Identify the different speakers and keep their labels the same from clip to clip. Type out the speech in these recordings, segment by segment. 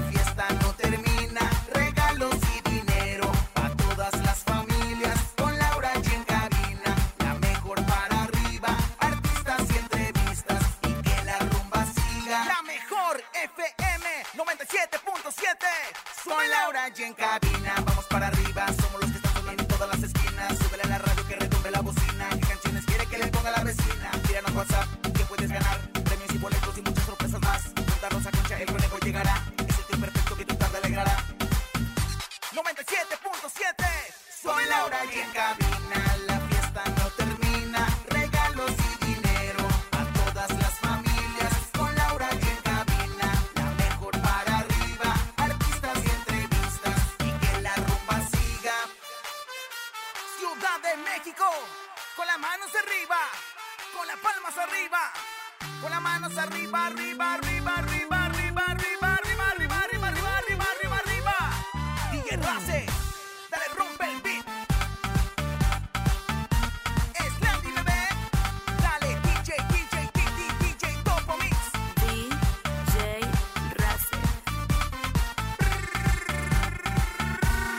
Speaker 1: fiesta no termina. Regalos y dinero a todas las familias. Con Laura y en cabina, la mejor para arriba. Artistas y entrevistas y que la rumba siga. La mejor FM 97.7. Soy Laura y en cabina, vamos para arriba. Somos los que están sonando en todas las esquinas. Súbele a la radio que retumbe la bocina. ¿Qué canciones quiere que le ponga la vecina? Tíranos WhatsApp que puedes ganar. Premios y boletos y muchas sorpresas más. Juntarnos a concha, el conejo llegará. Es el tío perfecto que tu tarde alegrará. 97.7. Soy Laura y en cabina la fiesta no termina. Regalos y dinero a todas las familias. Con Laura y en cabina la mejor para arriba. Artistas y entrevistas y que la rumba siga. Ciudad de México, con las manos arriba, con las palmas arriba, con las manos arriba, arriba, arriba, arriba, arriba, arriba, arriba, arriba, arriba, arriba, arriba, arriba, arriba. DJ Race, dale rompe el beat. Es Landy bebé, dale DJ, DJ, DJ, DJ, Topo Mix.
Speaker 2: DJ Racer.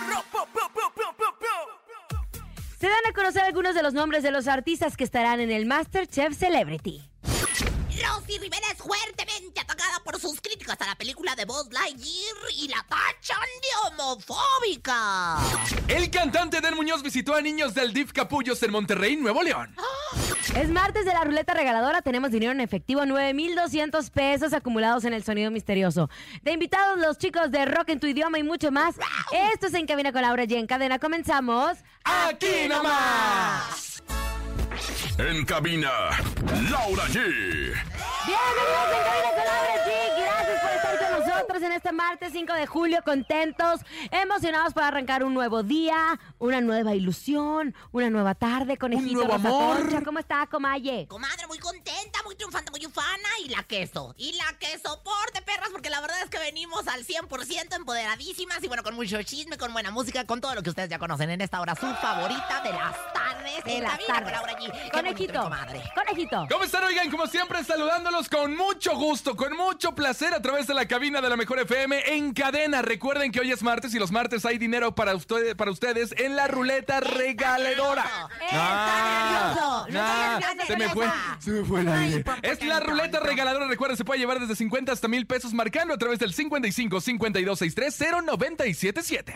Speaker 1: Ro, po, po, po, po, po, po.
Speaker 3: Se dan a conocer algunos de los nombres de los artistas que estarán en el MasterChef Celebrity.
Speaker 4: Rosy Rivera es fuertemente atacada por sus críticas a la película de Buzz Lightyear y la tachan de homofóbica.
Speaker 5: El cantante del Muñoz visitó a niños del DIF Capullos en Monterrey, Nuevo León.
Speaker 3: Es martes de la ruleta regaladora, tenemos dinero en efectivo, 9,200 pesos acumulados en el sonido misterioso. De invitados los chicos de Rock en tu idioma y mucho más. Esto es En Cabina con Laura y en Cadena. Comenzamos.
Speaker 5: ¡Aquí nomás!
Speaker 6: En cabina, Laura G.
Speaker 3: Bienvenidos en Cabina con Laura G. Gracias por estar con nosotros en este martes 5 de julio, contentos, emocionados para arrancar un nuevo día, una nueva ilusión, una nueva tarde, conejito,
Speaker 5: nuevo
Speaker 3: Rosa
Speaker 5: amor.
Speaker 3: Concha. ¿Cómo está, Comaye?
Speaker 4: Comadre, muy contenta, muy triunfante, muy ufana y la queso. Y la que soporte, perras, porque la verdad es que venimos al 100% empoderadísimas y bueno, con mucho chisme, con buena música, con todo lo que ustedes ya conocen en esta hora, su favorita de las tardes.
Speaker 3: De
Speaker 4: en
Speaker 3: las
Speaker 4: cabina,
Speaker 3: tardes.
Speaker 4: con Laura G. Qué bonito, mi
Speaker 3: Conejito,
Speaker 4: comadre.
Speaker 3: conejito.
Speaker 5: ¿Cómo están? Oigan, como siempre, saludándolos con mucho gusto, con mucho placer a través de la cabina de la Mejor FM en cadena. Recuerden que hoy es martes y los martes hay dinero para, usted- para ustedes en la ruleta regaladora.
Speaker 4: nervioso! ¡No estoy
Speaker 5: nah,
Speaker 4: nerviosa!
Speaker 5: ¡Ah! se me fue, se me fue el aire. Es la ruleta regaladora. Recuerden, se puede llevar desde 50 hasta 1000 pesos marcando a través del 55 52 63 0977.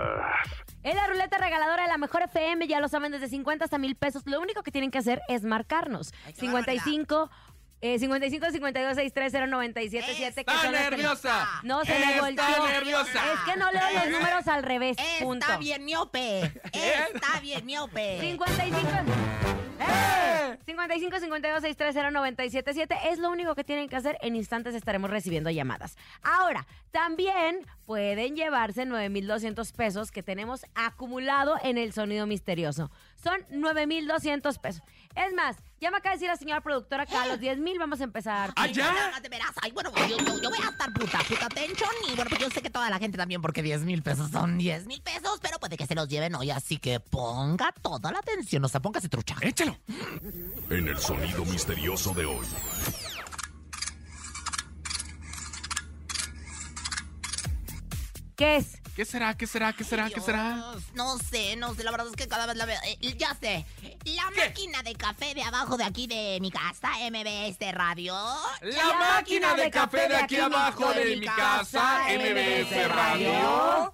Speaker 3: Es la ruleta regaladora de la mejor FM, ya lo saben, desde 50 hasta 1000 pesos. Lo único que tienen que hacer es marcarnos.
Speaker 4: Ay, qué
Speaker 3: 55 eh, 55 52 630
Speaker 5: ¡Está nerviosa!
Speaker 3: Ah, No se me
Speaker 5: ¡Está
Speaker 3: volteó.
Speaker 5: nerviosa!
Speaker 3: Es que no leo los números al revés.
Speaker 4: Está
Speaker 3: punto.
Speaker 4: bien miope.
Speaker 5: ¿Eh?
Speaker 4: Está bien miope.
Speaker 3: 55 ¡Eh! 55 52 630 977 es lo único que tienen que hacer. En instantes estaremos recibiendo llamadas. Ahora, también pueden llevarse 9200 pesos que tenemos acumulado en el sonido misterioso. Son 9200 pesos. Es más, ya me acaba de decir la señora productora que a los 10000 vamos a empezar.
Speaker 5: Ay, ¿ya?
Speaker 4: no, no, de veras. Ay, bueno, yo, yo- yo voy a estar puta, puta tensión. Y bueno, pues yo sé que toda la gente también, porque 10 mil pesos son 10 mil pesos, pero puede que se los lleven hoy. Así que ponga toda la atención, o sea, póngase trucha.
Speaker 5: Échalo.
Speaker 6: En el sonido misterioso de hoy.
Speaker 3: ¿Qué es?
Speaker 5: ¿Qué será? ¿Qué será? ¿Qué será? ¿Qué será?
Speaker 4: Dios, No sé, no sé, la verdad es que cada vez la veo. eh, ya sé, la
Speaker 5: ¿Qué?
Speaker 4: máquina de café de abajo de aquí de mi casa, MBS de Radio.
Speaker 5: La máquina de café de aquí abajo de mi casa, MBS Radio.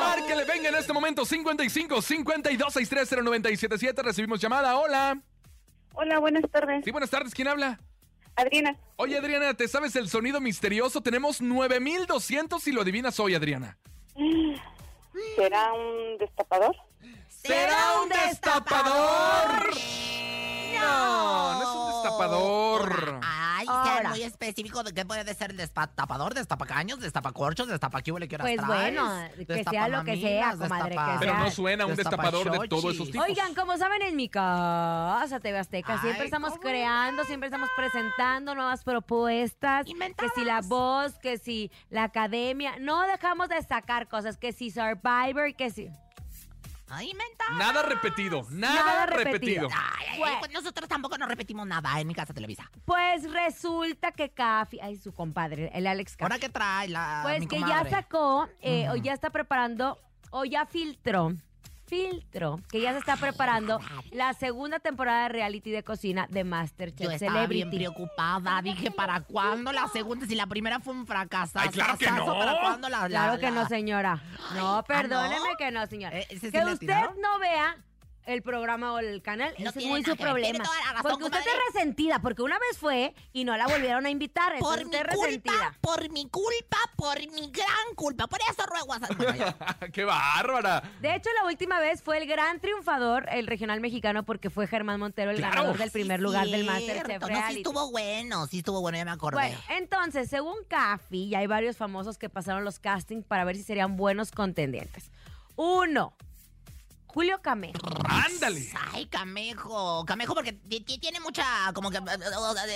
Speaker 5: Márquele, venga en este momento 55 52 630 977. Recibimos llamada. Hola.
Speaker 7: Hola, buenas tardes.
Speaker 5: Sí, buenas tardes. ¿Quién habla?
Speaker 7: Adriana.
Speaker 5: Oye, Adriana, ¿te sabes el sonido misterioso? Tenemos 9200 y lo adivinas hoy, Adriana.
Speaker 7: ¿Será un destapador?
Speaker 5: ¡Será un destapador! No, no es un destapador.
Speaker 4: Ay,
Speaker 3: Ahora.
Speaker 4: Ah, sea muy específico de qué puede ser el destapador, destapacaños, destapacorchos, destapacú, le quiero
Speaker 3: Pues bueno, que sea lo que sea, comadre, que
Speaker 5: Pero
Speaker 3: sea.
Speaker 5: no suena un destapador de todos esos tipos.
Speaker 3: Oigan, como saben, en mi casa, TV Azteca, siempre
Speaker 4: Ay,
Speaker 3: estamos
Speaker 4: ¿cómo?
Speaker 3: creando, siempre estamos presentando nuevas propuestas.
Speaker 4: Inventadas.
Speaker 3: Que si la voz, que si la academia. No dejamos de sacar cosas, que si Survivor, que si...
Speaker 4: Ay, inventa.
Speaker 5: Nada repetido, nada,
Speaker 3: Nada repetido.
Speaker 5: repetido.
Speaker 4: Ay, ay,
Speaker 3: Pues-
Speaker 4: pues nosotros tampoco nos repetimos nada en mi casa Televisa.
Speaker 3: Pues resulta que Cafi, ay, su compadre, el Alex Cafi.
Speaker 4: Ahora que trae la.
Speaker 3: Pues
Speaker 4: mi
Speaker 3: que ya
Speaker 4: comadre?
Speaker 3: sacó, eh, o ya está preparando, o ya filtró, filtró, que ya se está preparando la segunda temporada de reality de cocina de Masterchef
Speaker 4: Yo estaba
Speaker 3: Celebrity.
Speaker 4: bien preocupada. Dije, ¿para cuándo la segunda? Si la primera fue un fracaso.
Speaker 5: Ay, claro que no.
Speaker 4: ¿Para cuándo la, la-
Speaker 3: Claro que
Speaker 4: la-
Speaker 3: no, señora. No,
Speaker 4: ¿ah,
Speaker 3: perdóneme
Speaker 4: no?
Speaker 3: que no, señora.
Speaker 4: Eh, ¿ese sí
Speaker 3: que
Speaker 4: le
Speaker 3: usted
Speaker 4: atinaron?
Speaker 3: no vea el programa o el canal, ese
Speaker 4: No
Speaker 3: es
Speaker 4: tiene
Speaker 3: muy
Speaker 4: nada
Speaker 3: su
Speaker 4: que ver, tiene
Speaker 3: problema.
Speaker 4: toda la razón,
Speaker 3: porque usted
Speaker 4: comadre.
Speaker 3: es resentida, porque una vez fue y no la volvieron a invitar,
Speaker 4: Por
Speaker 3: entonces
Speaker 4: mi
Speaker 3: usted es
Speaker 4: culpa,
Speaker 3: resentida.
Speaker 4: por mi culpa, por mi gran culpa. Por eso ruego a San bueno, ya.
Speaker 5: ¡Qué bárbara!
Speaker 3: De hecho, la última vez fue el gran triunfador, el regional mexicano, porque fue Germán Montero el
Speaker 5: Claro.
Speaker 3: ganador del primer
Speaker 4: Sí,
Speaker 3: lugar del
Speaker 4: cierto.
Speaker 3: Masterchef
Speaker 4: No, sí
Speaker 3: Reality.
Speaker 4: estuvo bueno, sí estuvo bueno, ya me acordé.
Speaker 3: Bueno, entonces, según Cafi, ya hay varios famosos que pasaron los castings para ver si serían buenos contendientes. Uno, Julio Camé.
Speaker 5: ¡Ándale!
Speaker 4: Ay, Camejo, Camejo, porque ti- ti- tiene mucha, como que, eh,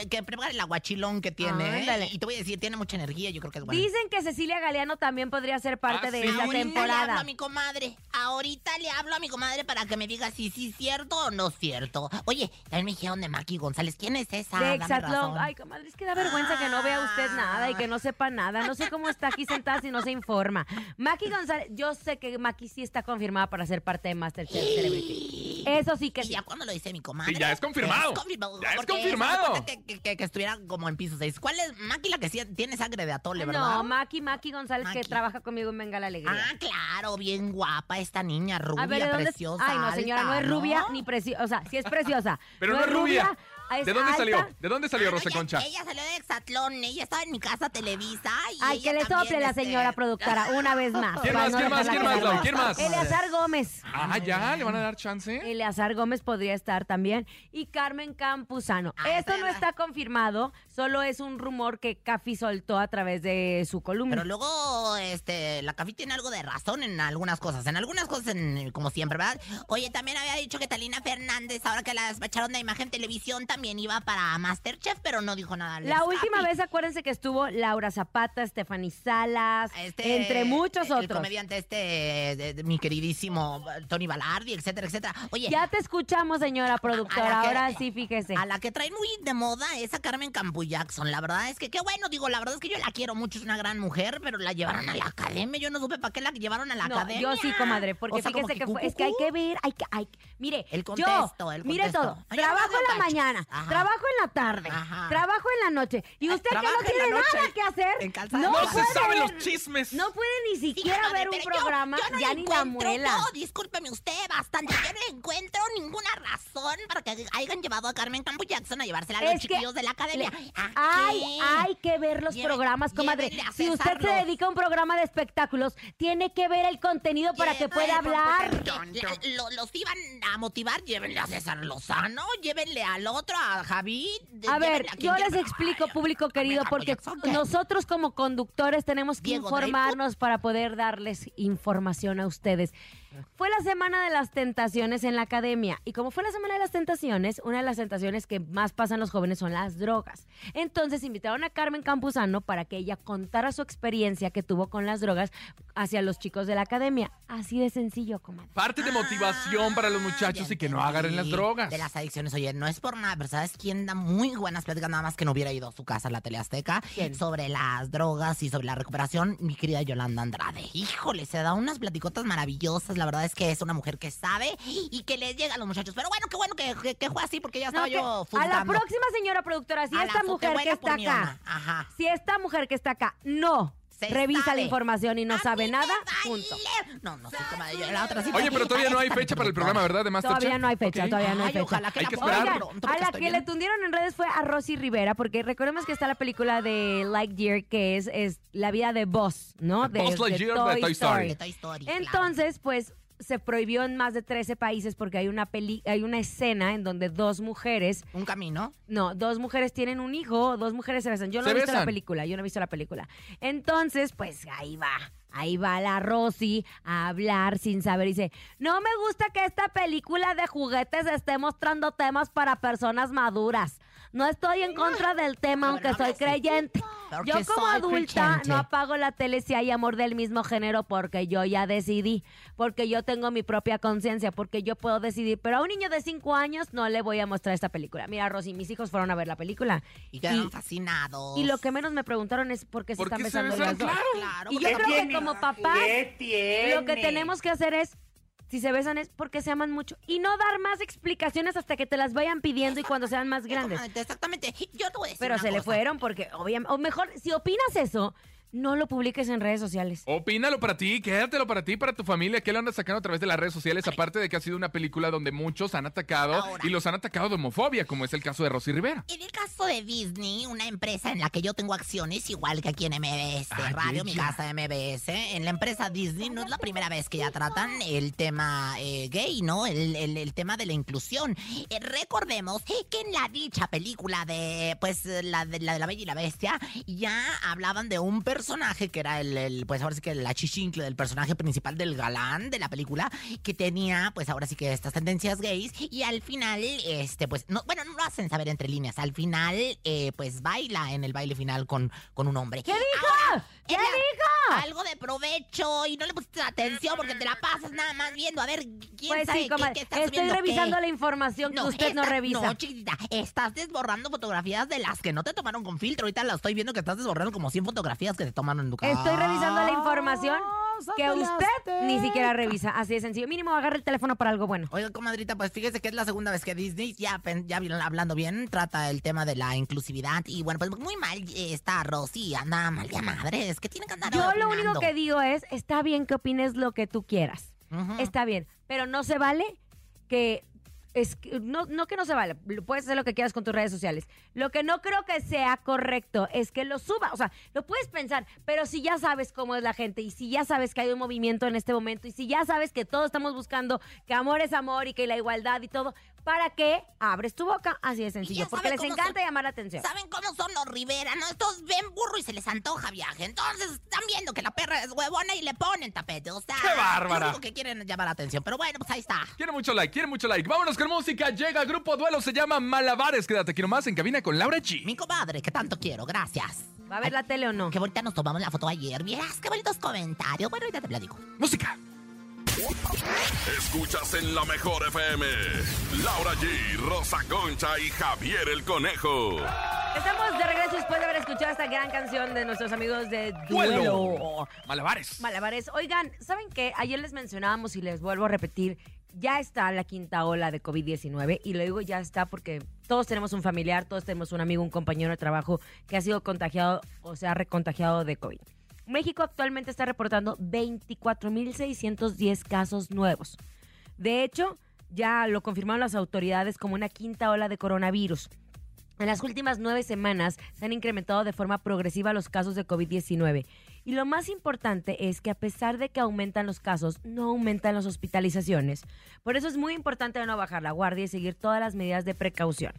Speaker 4: eh, que prepara el aguachilón que tiene. ¿eh?
Speaker 3: Ándale.
Speaker 4: Y te voy a decir, tiene mucha energía, yo creo que es bueno.
Speaker 3: Dicen que Cecilia Galeano también podría ser parte
Speaker 5: Ah,
Speaker 3: de
Speaker 5: sí.
Speaker 3: esa
Speaker 5: Ahorita
Speaker 4: le hablo a
Speaker 3: temporada.
Speaker 4: mi comadre. Ahorita le hablo a mi comadre para que me diga si sí es cierto o no es cierto. Oye, también me dijeron de Maki González. ¿Quién es esa?
Speaker 3: De
Speaker 4: Dame
Speaker 3: Exatlón.
Speaker 4: Ah, razón.
Speaker 3: Ay, comadre, es que da vergüenza que no vea usted nada y que no sepa nada. No sé cómo está aquí sentada si no se informa. Maki González, yo sé que Maki sí está confirmada para ser parte de Masterchef Celebrity. Eso sí que
Speaker 4: ¿Y
Speaker 3: sí.
Speaker 4: ya cuando lo dice mi comadre?
Speaker 5: Sí, ya es confirmado.
Speaker 4: Es confirmado.
Speaker 5: Ya es
Speaker 4: porque
Speaker 5: confirmado.
Speaker 4: se me cuenta Que, que- que- que estuviera como en piso 6. ¿Cuál es Maki la que sí tiene sangre de atole, verdad?
Speaker 3: No, Maki, Maki González que
Speaker 4: Maki.
Speaker 3: trabaja conmigo en Venga la Alegría.
Speaker 4: Ah, claro, bien guapa esta niña, rubia,
Speaker 3: A ver, ¿de dónde es?
Speaker 4: preciosa.
Speaker 3: Ay, no, señora, no
Speaker 4: alta,
Speaker 3: es rubia
Speaker 4: ¿no?
Speaker 3: ni preciosa. O sea, sí es preciosa.
Speaker 5: Pero no es rubia.
Speaker 3: es
Speaker 5: ¿De dónde
Speaker 3: alta.
Speaker 5: salió? ¿De dónde salió
Speaker 4: Ah, no,
Speaker 5: Rosa
Speaker 4: ella-
Speaker 5: Concha?
Speaker 4: Ella salió de Exatlón, ella estaba en mi casa Televisa. Y
Speaker 3: Ay,
Speaker 4: ella
Speaker 3: que le
Speaker 4: también,
Speaker 3: sople la
Speaker 4: este,
Speaker 3: señora productora una vez más.
Speaker 5: ¿Quién
Speaker 3: para
Speaker 5: más?
Speaker 3: no
Speaker 5: ¿Quién más?
Speaker 3: dejarla
Speaker 5: ¿Quién más,
Speaker 3: quedar
Speaker 5: Lau?
Speaker 3: mal.
Speaker 5: ¿Quién más?
Speaker 3: Eleazar Gómez.
Speaker 5: Ah, ya, le van a dar chance.
Speaker 3: Eleazar Gómez podría estar también. Y Carmen Campuzano.
Speaker 4: Ah,
Speaker 3: Esto no
Speaker 4: espera.
Speaker 3: está confirmado, solo es un rumor que Cafi soltó a través de su columna.
Speaker 4: Pero luego, este, la Café tiene algo de razón en algunas cosas. En algunas cosas, en- como siempre, ¿verdad? Oye, también había dicho que Talina Fernández, ahora que la despacharon de Imagen Televisión, también iba para Masterchef, pero no dijo nada. Alex
Speaker 3: La última
Speaker 4: Capi.
Speaker 3: vez, acuérdense que estuvo Laura Zapata, Stephanie Salas,
Speaker 4: Este,
Speaker 3: entre muchos
Speaker 4: el
Speaker 3: otros.
Speaker 4: comediante este, de- de- mi queridísimo Tony Balardi, etcétera, etcétera. Oye,
Speaker 3: Ya te escuchamos, señora productora.
Speaker 4: A la que-
Speaker 3: Ahora sí, fíjese.
Speaker 4: A la que traen muy de moda es a Carmen Campu Jackson. La verdad es que, qué bueno, digo, la verdad es que yo la quiero mucho, es una gran mujer, pero la llevaron a la academia. Yo no supe para qué la llevaron a la
Speaker 3: No,
Speaker 4: academia.
Speaker 3: yo sí, comadre, porque
Speaker 4: O sea, como
Speaker 3: fíjese que,
Speaker 4: cu,
Speaker 3: fue-
Speaker 4: cu,
Speaker 3: es que hay
Speaker 4: cu.
Speaker 3: que ver, hay que, hay, mire,
Speaker 4: El
Speaker 3: yo-
Speaker 4: contexto, el
Speaker 3: mire
Speaker 4: contexto.
Speaker 3: todo,
Speaker 4: Ay,
Speaker 3: trabajo
Speaker 4: abogado
Speaker 3: en la
Speaker 4: Pancho.
Speaker 3: mañana,
Speaker 4: Ajá.
Speaker 3: trabajo en la tarde,
Speaker 4: Ajá.
Speaker 3: trabajo en la noche, y usted que
Speaker 4: trabaja
Speaker 3: no
Speaker 4: en la
Speaker 3: tiene
Speaker 4: noche.
Speaker 3: nada que hacer,
Speaker 4: En calzada.
Speaker 5: No,
Speaker 4: No
Speaker 5: se
Speaker 3: puede
Speaker 5: saben
Speaker 3: ver-
Speaker 5: los chismes.
Speaker 3: no puede ni
Speaker 4: Sí,
Speaker 3: siquiera
Speaker 4: comadre,
Speaker 3: ver un
Speaker 4: pero yo-
Speaker 3: programa,
Speaker 4: yo no
Speaker 3: ya
Speaker 4: le
Speaker 3: ni la
Speaker 4: encuentro,
Speaker 3: muela.
Speaker 4: No, discúlpeme usted bastante. Yo no le encuentro ninguna razón para que hayan llevado a Carmen Campu Jackson a llevársela a los
Speaker 3: Es que
Speaker 4: chiquillos de la academia.
Speaker 3: le-
Speaker 4: ¿A
Speaker 3: Hay,
Speaker 4: qué?
Speaker 3: hay que ver los
Speaker 4: Lleven-
Speaker 3: programas, comadre.
Speaker 4: llévenle a
Speaker 3: Si usted
Speaker 4: César
Speaker 3: se
Speaker 4: los-
Speaker 3: dedica a un programa de espectáculos, tiene que ver el contenido para que pueda
Speaker 4: Llévenle,
Speaker 3: hablar.
Speaker 4: porque la- lo- los iban a motivar, llévenle a César Lozano, llévenle al otro, a Javi. de-
Speaker 3: A ver,
Speaker 4: llévenle a quien
Speaker 3: yo les
Speaker 4: llévenle.
Speaker 3: explico,
Speaker 4: Ay,
Speaker 3: público
Speaker 4: Carmen
Speaker 3: querido,
Speaker 4: Campo
Speaker 3: porque
Speaker 4: Jackson, ¿qué?
Speaker 3: nosotros como conductores tenemos que
Speaker 4: Diego
Speaker 3: informarnos para poder darles información a ustedes. Fue la semana de las tentaciones en la academia y como fue la semana de las tentaciones, una de las tentaciones que más pasan los jóvenes son las drogas. Entonces invitaron a Carmen Campuzano para que ella contara su experiencia que tuvo con las drogas hacia los chicos de la academia. Así de sencillo, comadre.
Speaker 5: Parte de motivación para los muchachos
Speaker 4: ya
Speaker 5: y que no
Speaker 4: entendí.
Speaker 5: agarren las drogas.
Speaker 4: De las adicciones, oye, no es por nada, pero ¿sabes quién da muy buenas pláticas? Nada más que no hubiera ido a su casa, la Teleazteca,
Speaker 3: ¿Quién?
Speaker 4: sobre las drogas y sobre la recuperación, mi querida Yolanda Andrade. Híjole, se da unas platicotas maravillosas. La verdad es que es una mujer que sabe y que les llega a los muchachos. Pero bueno, qué bueno que, que, que fue así, porque ya estaba
Speaker 3: No,
Speaker 4: yo
Speaker 3: que- a la
Speaker 4: fundando.
Speaker 3: próxima señora productora, si
Speaker 4: A la
Speaker 3: esta mujer que
Speaker 4: futebuena
Speaker 3: está acá...
Speaker 4: puniona. Ajá.
Speaker 3: si esta mujer que está acá no
Speaker 4: Se
Speaker 3: Revisa
Speaker 4: sabe.
Speaker 3: la información y no
Speaker 4: A
Speaker 3: sabe
Speaker 4: mí me
Speaker 3: nada.
Speaker 4: vale.
Speaker 3: Punto.
Speaker 4: No, no, sí, comadre, yo la otra sí
Speaker 5: Oye, pero todavía no hay fecha para el programa, ¿verdad? De Masterchef.
Speaker 3: Todavía no hay fecha,
Speaker 5: Ok.
Speaker 3: todavía no hay
Speaker 4: Ay,
Speaker 3: fecha.
Speaker 4: ojalá que
Speaker 5: Hay
Speaker 4: la
Speaker 5: que
Speaker 4: pongan
Speaker 5: esperar.
Speaker 4: pronto,
Speaker 3: A
Speaker 4: porque
Speaker 3: la
Speaker 4: estoy
Speaker 3: que le
Speaker 4: bien-
Speaker 3: tundieron en redes fue a Rosy Rivera, porque recordemos que está la película de Lightyear, que es, es la vida de Buzz, ¿no? De,
Speaker 5: Buzz Lightyear de Toy Story.
Speaker 4: de Toy Story, claro.
Speaker 3: Entonces, pues se prohibió en más de 13 países porque hay una peli hay una escena en donde dos mujeres,
Speaker 4: Un camino.
Speaker 3: no, dos mujeres tienen un hijo, dos mujeres se besan. Yo no
Speaker 5: Se
Speaker 3: he visto la
Speaker 5: besan.
Speaker 3: película, yo no he visto la película. Entonces, pues ahí va. Ahí va la Rosy a hablar sin saber. Dice, no me gusta que esta película de juguetes esté mostrando temas para personas maduras. No estoy en contra del tema,
Speaker 4: A ver,
Speaker 3: aunque
Speaker 4: habla
Speaker 3: soy
Speaker 4: así.
Speaker 3: creyente.
Speaker 4: Porque
Speaker 3: Yo como
Speaker 4: soy
Speaker 3: adulta
Speaker 4: creyente.
Speaker 3: no apago la tele si hay amor del mismo género porque yo ya decidí, porque yo tengo mi propia conciencia, porque yo puedo decidir. Pero a un niño de 5 años no le voy a mostrar esta película. Mira, Rosy, mis hijos fueron a ver la película.
Speaker 4: Y quedaron fascinados.
Speaker 3: Y lo que menos me preguntaron es por qué se
Speaker 5: ¿Por
Speaker 3: están
Speaker 5: qué se
Speaker 3: besando las
Speaker 5: besan?
Speaker 3: dos.
Speaker 5: Claro.
Speaker 4: Claro,
Speaker 3: Y
Speaker 4: porque
Speaker 3: yo
Speaker 4: no
Speaker 3: creo que
Speaker 4: tiene-
Speaker 3: como papás,
Speaker 8: ¿Qué tiene?
Speaker 3: lo que tenemos que hacer es, si se besan es porque se aman mucho. Y no dar más explicaciones hasta que te las vayan pidiendo y cuando sean más grandes.
Speaker 4: Exactamente. Yo te voy a decir
Speaker 3: Pero
Speaker 4: una
Speaker 3: se le
Speaker 4: cosa.
Speaker 3: fueron porque, obviamente, o mejor, si opinas eso, no lo publiques en redes
Speaker 4: Oh,
Speaker 3: sociales.
Speaker 5: Opínalo para ti, quédatelo para ti, para tu familia. ¿Qué lo andas sacando a través de las redes sociales? Aparte de que ha sido una película donde muchos han atacado
Speaker 4: Ahora.
Speaker 5: y los han atacado de homofobia, como es el caso de Rosy Rivera.
Speaker 4: En el caso de Disney, una empresa en la que yo tengo acciones, igual que aquí en MBS
Speaker 5: Ah,
Speaker 4: Radio,
Speaker 5: ya,
Speaker 4: mi
Speaker 5: ya.
Speaker 4: casa MBS, ¿eh? en la empresa Disney no es la primera vez que ya tratan el tema eh, gay, ¿no? El, el- el tema de la inclusión. Eh, recordemos eh, que en la dicha película de, pues, eh, la de la, de la Bella y la Bestia, ya hablaban de un personaje que era el, el, pues, ahora sí que la chichincle del personaje principal del galán de la película, que tenía, pues, ahora sí que estas tendencias gays, y al final, este, pues, no, bueno, no lo hacen saber entre líneas. Al final, eh, pues baila en el baile final con, con un hombre. ¿Qué dijo?
Speaker 3: ¿Qué
Speaker 4: Algo de provecho y no le pusiste atención porque te la pasas nada más viendo. A ver, ¿quién
Speaker 3: Pues
Speaker 4: sabe
Speaker 3: sí,
Speaker 4: qué-
Speaker 3: comadre.
Speaker 4: qué está
Speaker 3: Estoy
Speaker 4: subiendo qué?
Speaker 3: revisando la información que usted no
Speaker 4: esta-
Speaker 3: revisa.
Speaker 4: No, chiquitita, estás desborrando fotografías de las que no te tomaron con filtro. Ahorita la estoy viendo que estás desborrando como 100 fotografías que te tomaron en tu casa.
Speaker 3: Estoy revisando
Speaker 4: Ah,
Speaker 3: la información que usted ni siquiera revisa. Así de sencillo. Mínimo agarre el teléfono para algo bueno.
Speaker 4: Oiga, comadrita, pues fíjese que es la segunda vez que Disney, ya, pen- ya bien- hablando bien, trata el tema de la inclusividad. Y bueno, pues muy mal eh, está Rosy, anda mal de a madres, que tienen que andar
Speaker 3: Yo lo
Speaker 4: opinando.
Speaker 3: único que digo es, está bien que opines lo que tú quieras.
Speaker 4: Ujú.
Speaker 3: Está bien. Pero no se vale que... Es, que- no, no que no se vale, lo- puedes hacer lo que quieras con tus redes sociales. Lo que no creo que sea correcto es que lo suba, o sea, lo puedes pensar, pero si ya sabes cómo es la gente y si ya sabes que hay un movimiento en este momento y si ya sabes que todos estamos buscando que amor es amor y que la igualdad y todo, ¿para qué abres tu boca? Así de sencillo,
Speaker 4: ya
Speaker 3: porque
Speaker 4: sabes
Speaker 3: les
Speaker 4: cómo
Speaker 3: encanta
Speaker 4: son.
Speaker 3: llamar la atención.
Speaker 4: ¿Saben cómo son los Rivera? No, estos ven burro y se les antoja viaje. Entonces están viendo que la perra es huevona y le ponen tapete. O sea,
Speaker 5: ¡Qué bárbara!
Speaker 4: lo único que quieren es llamar la atención. Pero bueno, pues ahí está.
Speaker 5: Quiere mucho like, quiere mucho like. Vámonos con música. Llega Grupo Duelo, se llama Malabares. Quédate aquí nomás en cabina con Laura G.
Speaker 4: Mi comadre, que tanto quiero, gracias.
Speaker 3: ¿Va a ver la tele o no?
Speaker 4: Qué bonita nos tomamos la foto ayer. Vieras qué bonitos comentarios. Bueno, ahorita te platico.
Speaker 5: Música.
Speaker 6: Escuchas en la mejor FM. Laura G, Rosa Concha y Javier el Conejo.
Speaker 3: Estamos de regreso después de haber escuchado esta gran canción de nuestros amigos de Duelo.
Speaker 5: Duelo. Malabares.
Speaker 3: Malabares. Oigan, ¿saben qué? Ayer les mencionábamos y les vuelvo a repetir, ya está la quinta ola de COVID-19 y lo digo ya está porque todos tenemos un familiar, todos tenemos un amigo, un compañero de trabajo que ha sido contagiado o se ha recontagiado de COVID. México actualmente está reportando 24.610 casos nuevos. De hecho, ya lo confirmaron las autoridades como una quinta ola de coronavirus. En las últimas nueve semanas se han incrementado de forma progresiva los casos de COVID-19. Y lo más importante es que a pesar de que aumentan los casos, no aumentan las hospitalizaciones. Por eso es muy importante no bajar la guardia y seguir todas las medidas de precaución.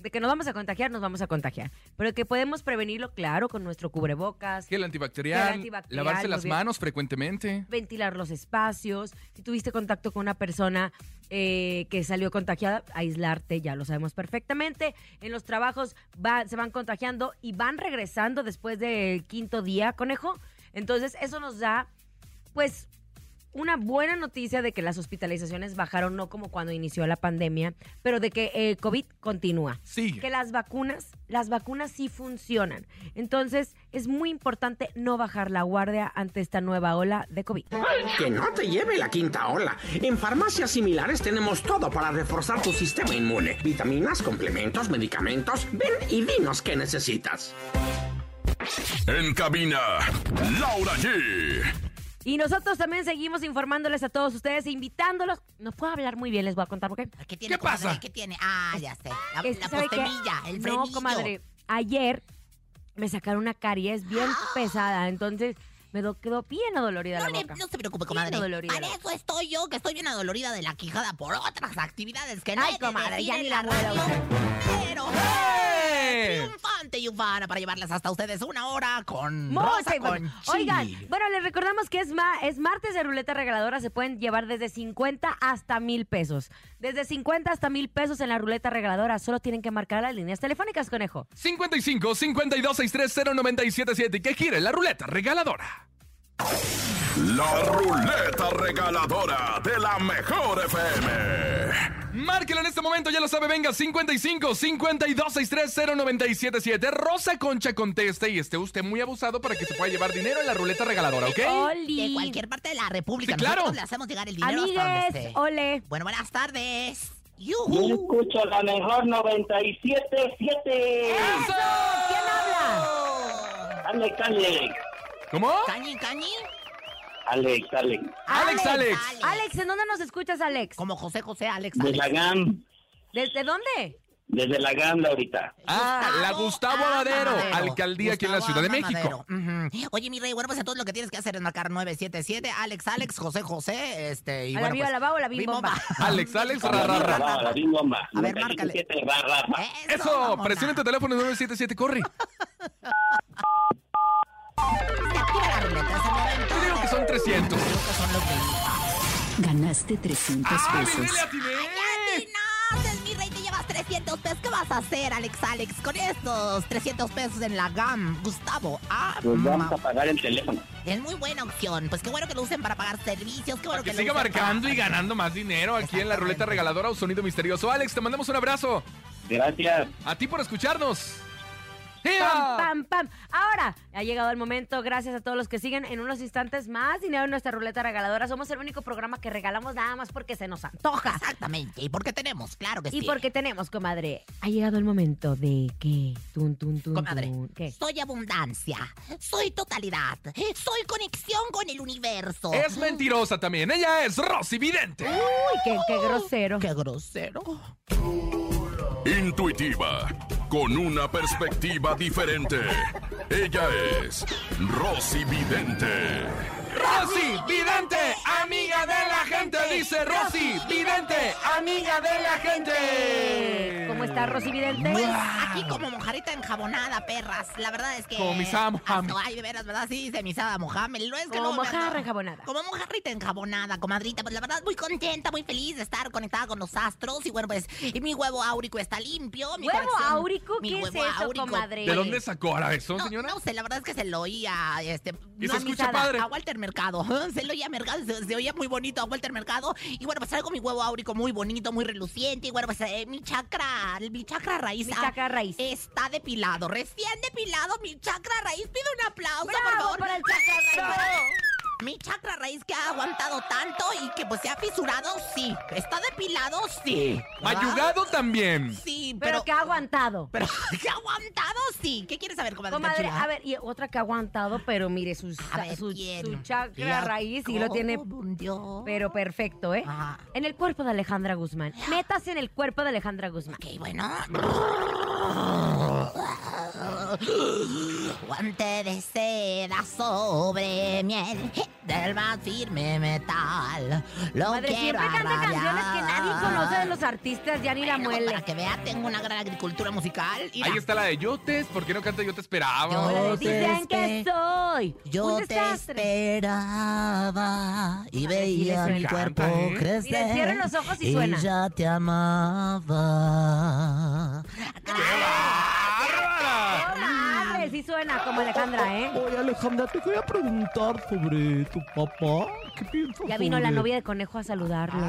Speaker 3: De que nos vamos a contagiar, nos vamos a contagiar. Pero que podemos prevenirlo, claro, con nuestro cubrebocas,
Speaker 5: Gel antibacterial,
Speaker 3: Gel antibacterial,
Speaker 5: lavarse
Speaker 3: muy
Speaker 5: las
Speaker 3: bien.
Speaker 5: manos frecuentemente.
Speaker 3: ventilar los espacios. Si tuviste contacto con una persona eh, que salió contagiada, aislarte, ya lo sabemos perfectamente. En los trabajos va- se van contagiando y van regresando después del quinto día, conejo. Entonces, eso nos da, pues, una buena noticia de que las hospitalizaciones bajaron, no como cuando inició la pandemia, pero de que eh, COVID continúa
Speaker 5: Sigue.
Speaker 3: que las vacunas, las vacunas sí funcionan. Entonces, es muy importante no bajar la guardia ante esta nueva ola de COVID.
Speaker 9: Que no te lleve la quinta ola. En farmacias similares tenemos todo para reforzar tu sistema inmune. Vitaminas, complementos, medicamentos. Ven y dinos qué necesitas.
Speaker 6: En cabina, Laura G.
Speaker 3: Y nosotros también seguimos informándoles a todos ustedes, e invitándolos. No puedo hablar muy bien, les voy a contar por qué.
Speaker 4: ¿Qué tiene,
Speaker 5: ¿Qué pasa?
Speaker 4: comadre? ¿Qué tiene? Ah, ya sé. La,
Speaker 3: Es que
Speaker 4: la
Speaker 3: ¿sabe qué?
Speaker 4: postemilla, el
Speaker 3: No,
Speaker 4: frenillo.
Speaker 3: comadre. Ayer me sacaron una caries bien pesada, entonces me do- quedó bien adolorida
Speaker 4: No,
Speaker 3: la
Speaker 4: le-
Speaker 3: boca.
Speaker 4: no se preocupe,
Speaker 3: Bien
Speaker 4: comadre.
Speaker 3: adolorida
Speaker 4: Para
Speaker 3: la
Speaker 4: eso estoy yo, que estoy bien adolorida de la quijada por otras actividades que no
Speaker 3: Ay,
Speaker 4: he de
Speaker 3: comadre,
Speaker 4: decir
Speaker 3: ya
Speaker 4: en
Speaker 3: ni la ¡Eh! muevo.
Speaker 4: Pero triunfante y ufana para llevarles hasta ustedes una hora con
Speaker 3: Muy
Speaker 4: Rosa
Speaker 3: seguro.
Speaker 4: Conchil.
Speaker 3: Oigan, bueno, les recordamos que es, ma- es martes de ruleta regaladora. Se pueden llevar desde 50 hasta mil pesos. Desde 50 hasta mil pesos en la ruleta regaladora. Solo tienen que marcar las líneas telefónicas, conejo.
Speaker 5: 55 52 630 977 que gire la ruleta regaladora.
Speaker 6: La ruleta regaladora de la mejor FM.
Speaker 5: Márquelo en este momento, ya lo sabe, venga, 55 52 630 977 Rosa Concha conteste y esté usted muy abusado para que se pueda llevar dinero en la ruleta regaladora, ¿ok?
Speaker 3: Oli.
Speaker 4: ¿Eh? De cualquier parte de la República.
Speaker 5: Sí, claro.
Speaker 4: Nosotros le hacemos llegar el dinero hasta donde
Speaker 3: Amigues,
Speaker 4: esté.
Speaker 3: ole.
Speaker 4: Bueno, buenas tardes.
Speaker 7: Yo
Speaker 4: ¡Yujú!
Speaker 7: escucho la mejor 97.7.
Speaker 5: ¡Eso!
Speaker 3: ¿Quién habla?
Speaker 7: Alex, Alex.
Speaker 5: ¿Cómo?
Speaker 4: ¿Cañi, cañi?
Speaker 7: Alex, Alex.
Speaker 5: Alex, Alex.
Speaker 3: Alex, ¿en dónde nos escuchas, Alex?
Speaker 4: Como José José, Alex.
Speaker 7: De
Speaker 4: Alex.
Speaker 7: la GAM.
Speaker 3: ¿Desde dónde?
Speaker 7: Desde la GAM, ahorita.
Speaker 5: Ah, la Gustavo Amadero, alcaldía aquí en la Ciudad de México.
Speaker 4: Ujú. Oye, mi rey, bueno, pues entonces lo que tienes que hacer es marcar 977, Alex, Alex, José, José, este, y
Speaker 3: ¿A la
Speaker 4: bueno,
Speaker 3: viva
Speaker 4: pues,
Speaker 3: la va o la bim
Speaker 4: bimbomba.
Speaker 3: bomba?
Speaker 5: Alex, Alex,
Speaker 7: A la
Speaker 5: ra, ra, ra.
Speaker 7: bomba, la bomba.
Speaker 4: A ver,
Speaker 7: 97 barra, barra.
Speaker 5: Eso,
Speaker 4: mamona.
Speaker 5: presiona tu teléfono 977, corre.
Speaker 4: Se activa la ruleta, es el momento.
Speaker 5: Creo que son 300.
Speaker 4: Creo que son los que-
Speaker 2: Ganaste 300
Speaker 5: ¡Ah, mire,
Speaker 2: pesos.
Speaker 5: le atiné!
Speaker 4: ¡Atinaste, pues, mi rey! Te llevas 300 pesos. ¿Qué vas a hacer, Alex, Alex, con estos 300 pesos en la GAM? Gustavo, ah,
Speaker 7: Pues vamos
Speaker 4: ma-
Speaker 7: a pagar el teléfono.
Speaker 4: es muy buena opción. Pues qué bueno que lo usen para pagar servicios, qué bueno
Speaker 5: Que
Speaker 4: lo
Speaker 5: siga
Speaker 4: usen
Speaker 5: marcando
Speaker 4: para-
Speaker 5: y ganando más dinero aquí en la ruleta regaladora o sonido misterioso. Alex, te mandamos un abrazo.
Speaker 7: Gracias.
Speaker 5: A ti por escucharnos. ¡Ea!
Speaker 3: Pam, pam, pam. Ahora ha llegado el momento. Gracias a todos los que siguen en unos instantes más dinero en nuestra ruleta regaladora. Somos el único programa que regalamos nada más porque se nos antoja.
Speaker 4: Exactamente. ¿Y por qué tenemos? Claro que sí.
Speaker 3: Y porque tenemos, comadre, ha llegado el momento de que... Tun, tun, tun,
Speaker 4: Comadre.
Speaker 3: tun. Mm, ¿Qué?
Speaker 4: Soy abundancia, soy totalidad, soy conexión con el universo.
Speaker 5: Es mentirosa también. Ella es Rosy Vidente.
Speaker 3: Uy, qué, qué grosero.
Speaker 4: Qué grosero.
Speaker 6: Intuitiva, con una perspectiva diferente. Ella es Rosy Vidente.
Speaker 5: Rosy Vidente, amiga de la gente, dice Rosy Vidente, amiga de la gente.
Speaker 3: Eh, ¿Cómo está Rosy Vidente?
Speaker 4: Pues aquí como mojarita enjabonada, perras. La verdad es que.
Speaker 5: Ah. Como mi Sam Ham.
Speaker 4: Hasta- Ay, de veras, ¿verdad? Sí, dice mi Sam Mohamed. Lo es que
Speaker 3: Como
Speaker 4: luego me ando-
Speaker 3: mojarra enjabonada.
Speaker 4: Como mojarrita enjabonada, comadrita. Pues la verdad, muy contenta, muy feliz de estar conectada con los astros. Y bueno, pues, y mi huevo áurico está limpio. Mi
Speaker 3: ¿Huevo
Speaker 4: conexión-
Speaker 3: áurico?
Speaker 4: mi
Speaker 3: ¿Qué es
Speaker 4: huevo
Speaker 3: eso,
Speaker 4: áurico.
Speaker 3: comadre?
Speaker 5: ¿De dónde sacó ahora eso,
Speaker 4: No,
Speaker 5: señora?
Speaker 4: no sé, la verdad es que se lo oía este,
Speaker 5: Y
Speaker 4: no,
Speaker 5: se
Speaker 4: a mi
Speaker 5: escucha
Speaker 4: Sada,
Speaker 5: padre.
Speaker 4: a Walter Mercado. Se lo oía a Mercado, se, se oía muy bonito a Walter Mercado. Y bueno, pues traigo mi huevo áurico muy bonito, muy reluciente. Y bueno, pues eh, mi chakra, mi chakra raíz.
Speaker 3: Mi
Speaker 4: ah,
Speaker 3: chakra raíz.
Speaker 4: Está depilado, recién depilado mi chakra raíz. Pido un aplauso, por
Speaker 3: ¡Bravo
Speaker 4: favor.
Speaker 3: para el chakra raíz!
Speaker 4: ¡Bravo! Mi chakra raíz que ha aguantado tanto y que pues se ha fisurado, sí. Está depilado, sí.
Speaker 5: Ah.
Speaker 4: ¿Verdad?
Speaker 5: Mayugado también.
Speaker 4: Sí, pero...
Speaker 3: Pero que ha aguantado.
Speaker 4: pero que ha aguantado, sí. ¿Qué quieres saber, comadre?
Speaker 3: Comadre, a ver, y otra que ha aguantado, pero mire, su,
Speaker 4: A ver,
Speaker 3: su,
Speaker 4: ¿quién?
Speaker 3: su chakra raíz y lo tiene
Speaker 4: Confundió.
Speaker 3: Pero perfecto, ¿eh?
Speaker 4: Ajá. Ah.
Speaker 3: En el cuerpo de Alejandra Guzmán. Métase en el cuerpo de Alejandra Guzmán.
Speaker 4: Ok, bueno. Guante de seda sobre miel del más firme metal. Lo
Speaker 3: Madre,
Speaker 4: quiero
Speaker 3: siempre canta
Speaker 4: arrabiar.
Speaker 3: canciones que nadie conoce de los artistas, ya ni la
Speaker 4: ah. Bueno, pues,
Speaker 3: muele.
Speaker 4: Para que vea, tengo una gran agricultura musical. Mira,
Speaker 5: Ahí está la de Yotes. ¿Por qué no canta Yo te
Speaker 4: Yo-
Speaker 5: esperaba?
Speaker 4: Yo te
Speaker 3: Dicen que
Speaker 4: espe-
Speaker 3: soy
Speaker 4: Yo
Speaker 3: un
Speaker 4: te
Speaker 3: desastre.
Speaker 4: esperaba y
Speaker 3: ver, sí le
Speaker 4: veía
Speaker 3: suena.
Speaker 4: mi cuerpo
Speaker 5: Canta, ¿eh?
Speaker 4: crecer.
Speaker 3: Mira, cierren los ojos y
Speaker 4: y
Speaker 3: suena.
Speaker 4: ya te amaba.
Speaker 5: ¡Bárbara!
Speaker 3: Madre, sí suena como Alejandra, ¿eh?
Speaker 10: Oye, Alejandra, te quería preguntar sobre tu papá. ¿Qué piensas?
Speaker 3: Ya vino la
Speaker 10: sobre-
Speaker 3: novia de conejo a saludarlo.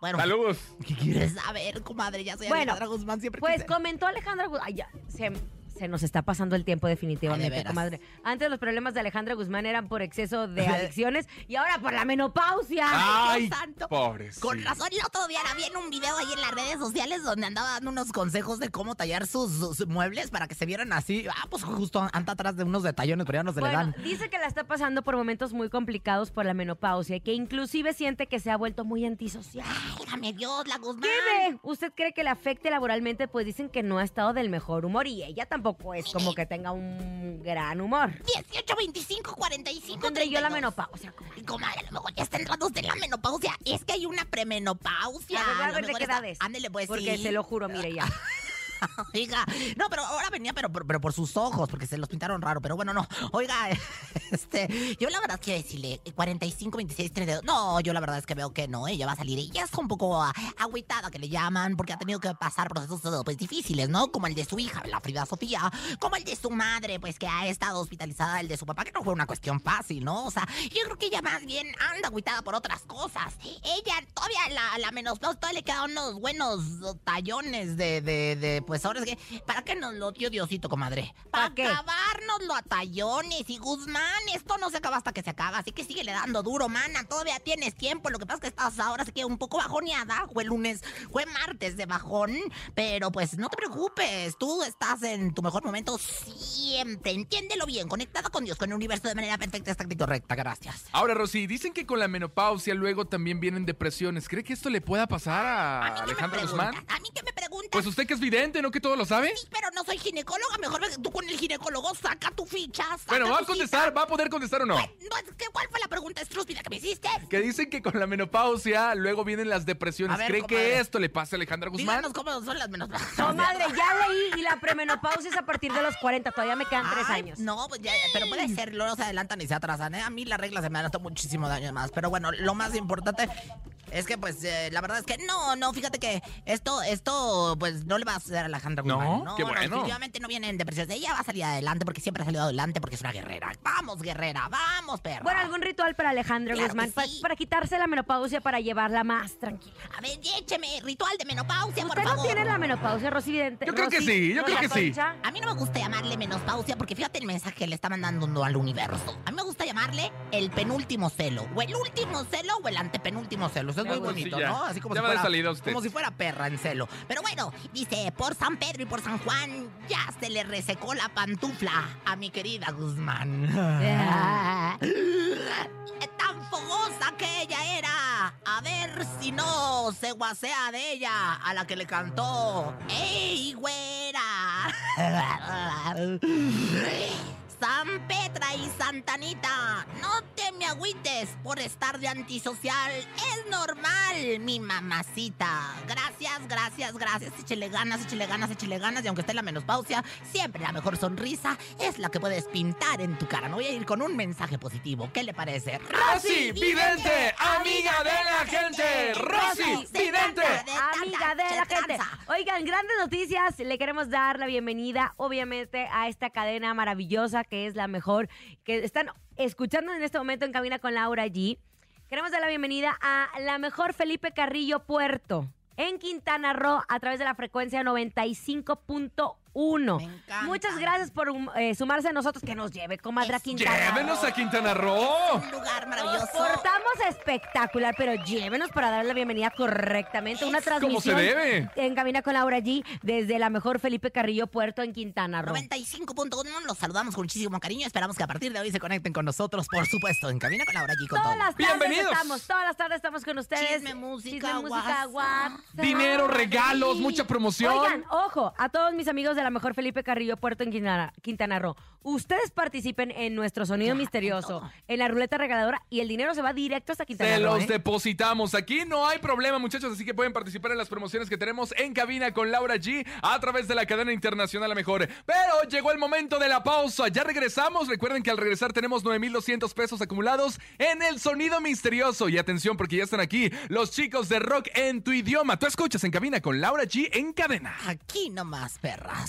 Speaker 4: Bueno,
Speaker 5: Saludos.
Speaker 4: ¿qué quieres saber, comadre? Ya soy
Speaker 3: Bueno,
Speaker 4: Alejandra Guzmán, siempre
Speaker 3: Pues
Speaker 4: quise-
Speaker 3: comentó Alejandra Guzmán. Ay, ya, se, Se nos está pasando el tiempo definitivamente,
Speaker 4: veras.
Speaker 3: comadre. Antes los problemas de Alejandra Guzmán eran por exceso de adicciones y ahora por la menopausia.
Speaker 5: Ay,
Speaker 10: Ah,
Speaker 4: Dios santo.
Speaker 5: pobre.
Speaker 4: Con razón, el otro día la vi en un video ahí en las redes sociales donde andaba dando unos consejos de cómo tallar sus, sus muebles para que se vieran así. Ah, pues justo anda atrás de unos detallones, pero ya
Speaker 10: pues,
Speaker 4: no se le
Speaker 3: Bueno,
Speaker 4: dan.
Speaker 3: dice que la está pasando por momentos muy complicados por la menopausia y que inclusive siente que se ha vuelto muy antisocial.
Speaker 4: Válgame Dios, la Guzmán.
Speaker 3: ¿Qué ve? ¿Usted cree que le afecte laboralmente? Pues dicen que no ha estado del mejor humor y ella tampoco es como que tenga un gran humor.
Speaker 4: 18, 25, 45,
Speaker 3: Tendré yo la
Speaker 4: 32.
Speaker 3: menopausia, comadre.
Speaker 4: Ay, Comadre, a lo mejor ya está entrando usted en la menopausia. Es que hay una premenopausia.
Speaker 3: La verdad,
Speaker 4: A
Speaker 3: a
Speaker 4: lo
Speaker 3: ver de
Speaker 4: mejor
Speaker 3: qué
Speaker 4: está-
Speaker 3: edad es.
Speaker 4: Ándele, pues
Speaker 3: Porque
Speaker 4: sí.
Speaker 3: se lo juro, mire ya.
Speaker 4: Oiga, no, pero ahora venía, pero, pero, pero por sus ojos, porque se los pintaron raro, pero bueno, no. Oiga, este, yo la verdad quiero decirle, 45, 26, 32. No, yo la verdad es que veo que no, ella va a salir. Ella está un poco ah, agüitada, que le llaman, porque ha tenido que pasar procesos eh, pues, difíciles, ¿no? Como el de su hija, la Frida Sofía, como el de su madre, pues que ha estado hospitalizada, el de su papá, que no fue una cuestión fácil, ¿no? O sea, yo creo que ella más bien anda agüitada por otras cosas. Ella todavía, la, la menosplaza, todavía le quedan unos buenos eh, tallones de, de, de, pues ahora es que, ¿para qué nos lo dio Diosito, comadre? Para
Speaker 3: ¿Pa qué?
Speaker 4: acabárnoslo a tallones y Guzmán, esto no se acaba hasta que se acaba, así que síguele dando duro, mana, todavía tienes tiempo, lo que pasa es que estás ahora sí que un poco bajoneada, fue lunes, fue martes de bajón, pero pues no te preocupes, tú estás en tu mejor momento siempre, entiéndelo bien, conectada con Dios, con el universo de manera perfecta, exacta y correcta, gracias.
Speaker 5: Ahora, Rosy, dicen que con la menopausia luego también vienen depresiones. ¿Cree que esto le pueda pasar a,
Speaker 4: A mí que me
Speaker 5: Alejandra
Speaker 4: preguntas,
Speaker 5: Guzmán?
Speaker 4: a mí que me preguntas.
Speaker 5: Pues usted que es vidente, ¿no? Que todo lo sabe.
Speaker 4: Sí, pero no soy ginecóloga. Mejor ve tú con el ginecólogo, saca tu ficha. saca
Speaker 5: Bueno, va a
Speaker 4: tu
Speaker 5: contestar, va a poder contestar o no.
Speaker 4: cita. Pues, no, es que, ¿Cuál fue la pregunta estrúpida que me hiciste?
Speaker 5: Que dicen que con la menopausia luego vienen las depresiones.
Speaker 4: A ver,
Speaker 5: ¿Cree
Speaker 4: comadre.
Speaker 5: que esto le pasa a Alejandra
Speaker 3: Pues
Speaker 5: Guzmán?
Speaker 4: Díganos pues, cómo son las menos.
Speaker 3: Comadre, ya leí y la premenopausia es a partir de los 40. Todavía me quedan tres
Speaker 4: Ay,
Speaker 3: años.
Speaker 4: No, pues ya, pero puede ser, luego se adelantan y se atrasan. ¿eh? A mí las reglas se me han hecho muchísimo daño más. Pero bueno, lo más importante es que, pues, eh, la verdad es que no, no, fíjate que esto, esto, pues, no le va a hacer a Alejandra
Speaker 5: No,
Speaker 4: Guzmán.
Speaker 5: qué bueno.
Speaker 4: definitivamente no viene en depresión. Ella va a salir adelante porque siempre ha salido adelante porque es una guerrera. Vamos, guerrera, vamos, perra.
Speaker 3: Bueno, algún ritual para Alejandra
Speaker 4: Claro
Speaker 3: Guzmán
Speaker 4: que
Speaker 3: pa-
Speaker 4: sí.
Speaker 3: para quitarse la menopausia para llevarla más tranquila.
Speaker 4: A ver, écheme ritual de menopausia, por
Speaker 3: ¿Usted no
Speaker 4: favor.
Speaker 3: tiene la menopausia, Rosy Vidente?
Speaker 5: Yo creo que
Speaker 3: Rosy,
Speaker 5: sí, yo
Speaker 3: ¿no
Speaker 5: creo
Speaker 3: la
Speaker 5: que sí.
Speaker 3: concha?
Speaker 4: A mí no me gusta llamarle menopausia porque fíjate el mensaje que le está mandando uno al universo. A mí me gusta llamarle el penúltimo celo, o el último celo o el antepenúltimo celo. Eso es
Speaker 5: Me
Speaker 4: muy
Speaker 5: gusta,
Speaker 4: bonito,
Speaker 5: Ah, sí, ya.
Speaker 4: ¿no? Así como
Speaker 5: Ya
Speaker 4: si
Speaker 5: va de
Speaker 4: fuera,
Speaker 5: salida usted.
Speaker 4: como si fuera perra en celo. Pero bueno, dice, por San Pedro y por San Juan ya se le resecó la pantufla a mi querida Guzmán.
Speaker 3: Ah.
Speaker 4: Tan fogosa que ella era. A ver si no se guasea de ella a la que le cantó. ¡Ey, güera! San Petra y Santanita, no te me agüites por estar de antisocial. Es normal, mi mamacita. Gracias, gracias, gracias. Échele ganas, échele ganas, échele ganas. Y aunque esté la menopausia, siempre la mejor sonrisa es la que puedes pintar en tu cara. No voy a ir con un mensaje positivo. ¿Qué le parece?
Speaker 5: Rosy Vidente, amiga de la gente. Rosy
Speaker 4: Se
Speaker 5: Vidente.
Speaker 4: trata de tanta
Speaker 3: Amiga de la gente.
Speaker 4: chanza.
Speaker 3: Oigan, grandes noticias. Le queremos dar la bienvenida, obviamente, a esta cadena maravillosa que es la mejor, que están escuchando en este momento en cabina con Laura G. Queremos dar la bienvenida a la mejor Felipe Carrillo Puerto en Quintana Roo a través de la frecuencia 95.1.
Speaker 4: Me encanta.
Speaker 3: Muchas gracias por um, eh, sumarse a nosotros, que nos lleve, comadre, a
Speaker 4: Eso.
Speaker 3: Quintana
Speaker 5: Llévenos
Speaker 3: Roo.
Speaker 5: a Quintana Roo.
Speaker 4: Un lugar
Speaker 3: Nos
Speaker 4: maravilloso.
Speaker 3: portamos espectacular, pero llévenos para dar la bienvenida correctamente. Una
Speaker 5: Como
Speaker 3: transmisión
Speaker 5: se debe.
Speaker 3: en Cabina con Laura G desde la mejor Felipe Carrillo Puerto en Quintana Roo.
Speaker 4: 95.1, los saludamos con muchísimo cariño. Esperamos que a partir de hoy se conecten con nosotros, por supuesto, en Cabina con Laura G. Con
Speaker 3: Todas
Speaker 4: todo.
Speaker 3: las tardes
Speaker 5: Bienvenidos.
Speaker 3: estamos, todas las tardes estamos con ustedes.
Speaker 4: Chisme, música,
Speaker 3: Chisme, música,
Speaker 4: WhatsApp.
Speaker 3: WhatsApp.
Speaker 5: Dinero, regalos, mucha promoción.
Speaker 3: Oigan, ojo, a todos mis amigos de la mejor Felipe Carrillo Puerto en Quintana, Quintana Roo. Ustedes participen en nuestro sonido misterioso,
Speaker 4: todo.
Speaker 3: en la ruleta regaladora y el dinero se va directo hasta Quintana
Speaker 5: Se
Speaker 3: Roo.
Speaker 5: los
Speaker 3: ¿eh?
Speaker 5: depositamos. Aquí no hay problema, muchachos, así que pueden participar en las promociones que tenemos en cabina con Laura G a través de la cadena internacional La Mejor. Pero llegó el momento de la pausa. Ya regresamos. Recuerden que al regresar tenemos 9,200 pesos acumulados en el sonido misterioso. Y atención, porque ya están aquí los chicos de rock en tu idioma. Tú escuchas en cabina con Laura G en cadena.
Speaker 4: Aquí nomás, perras.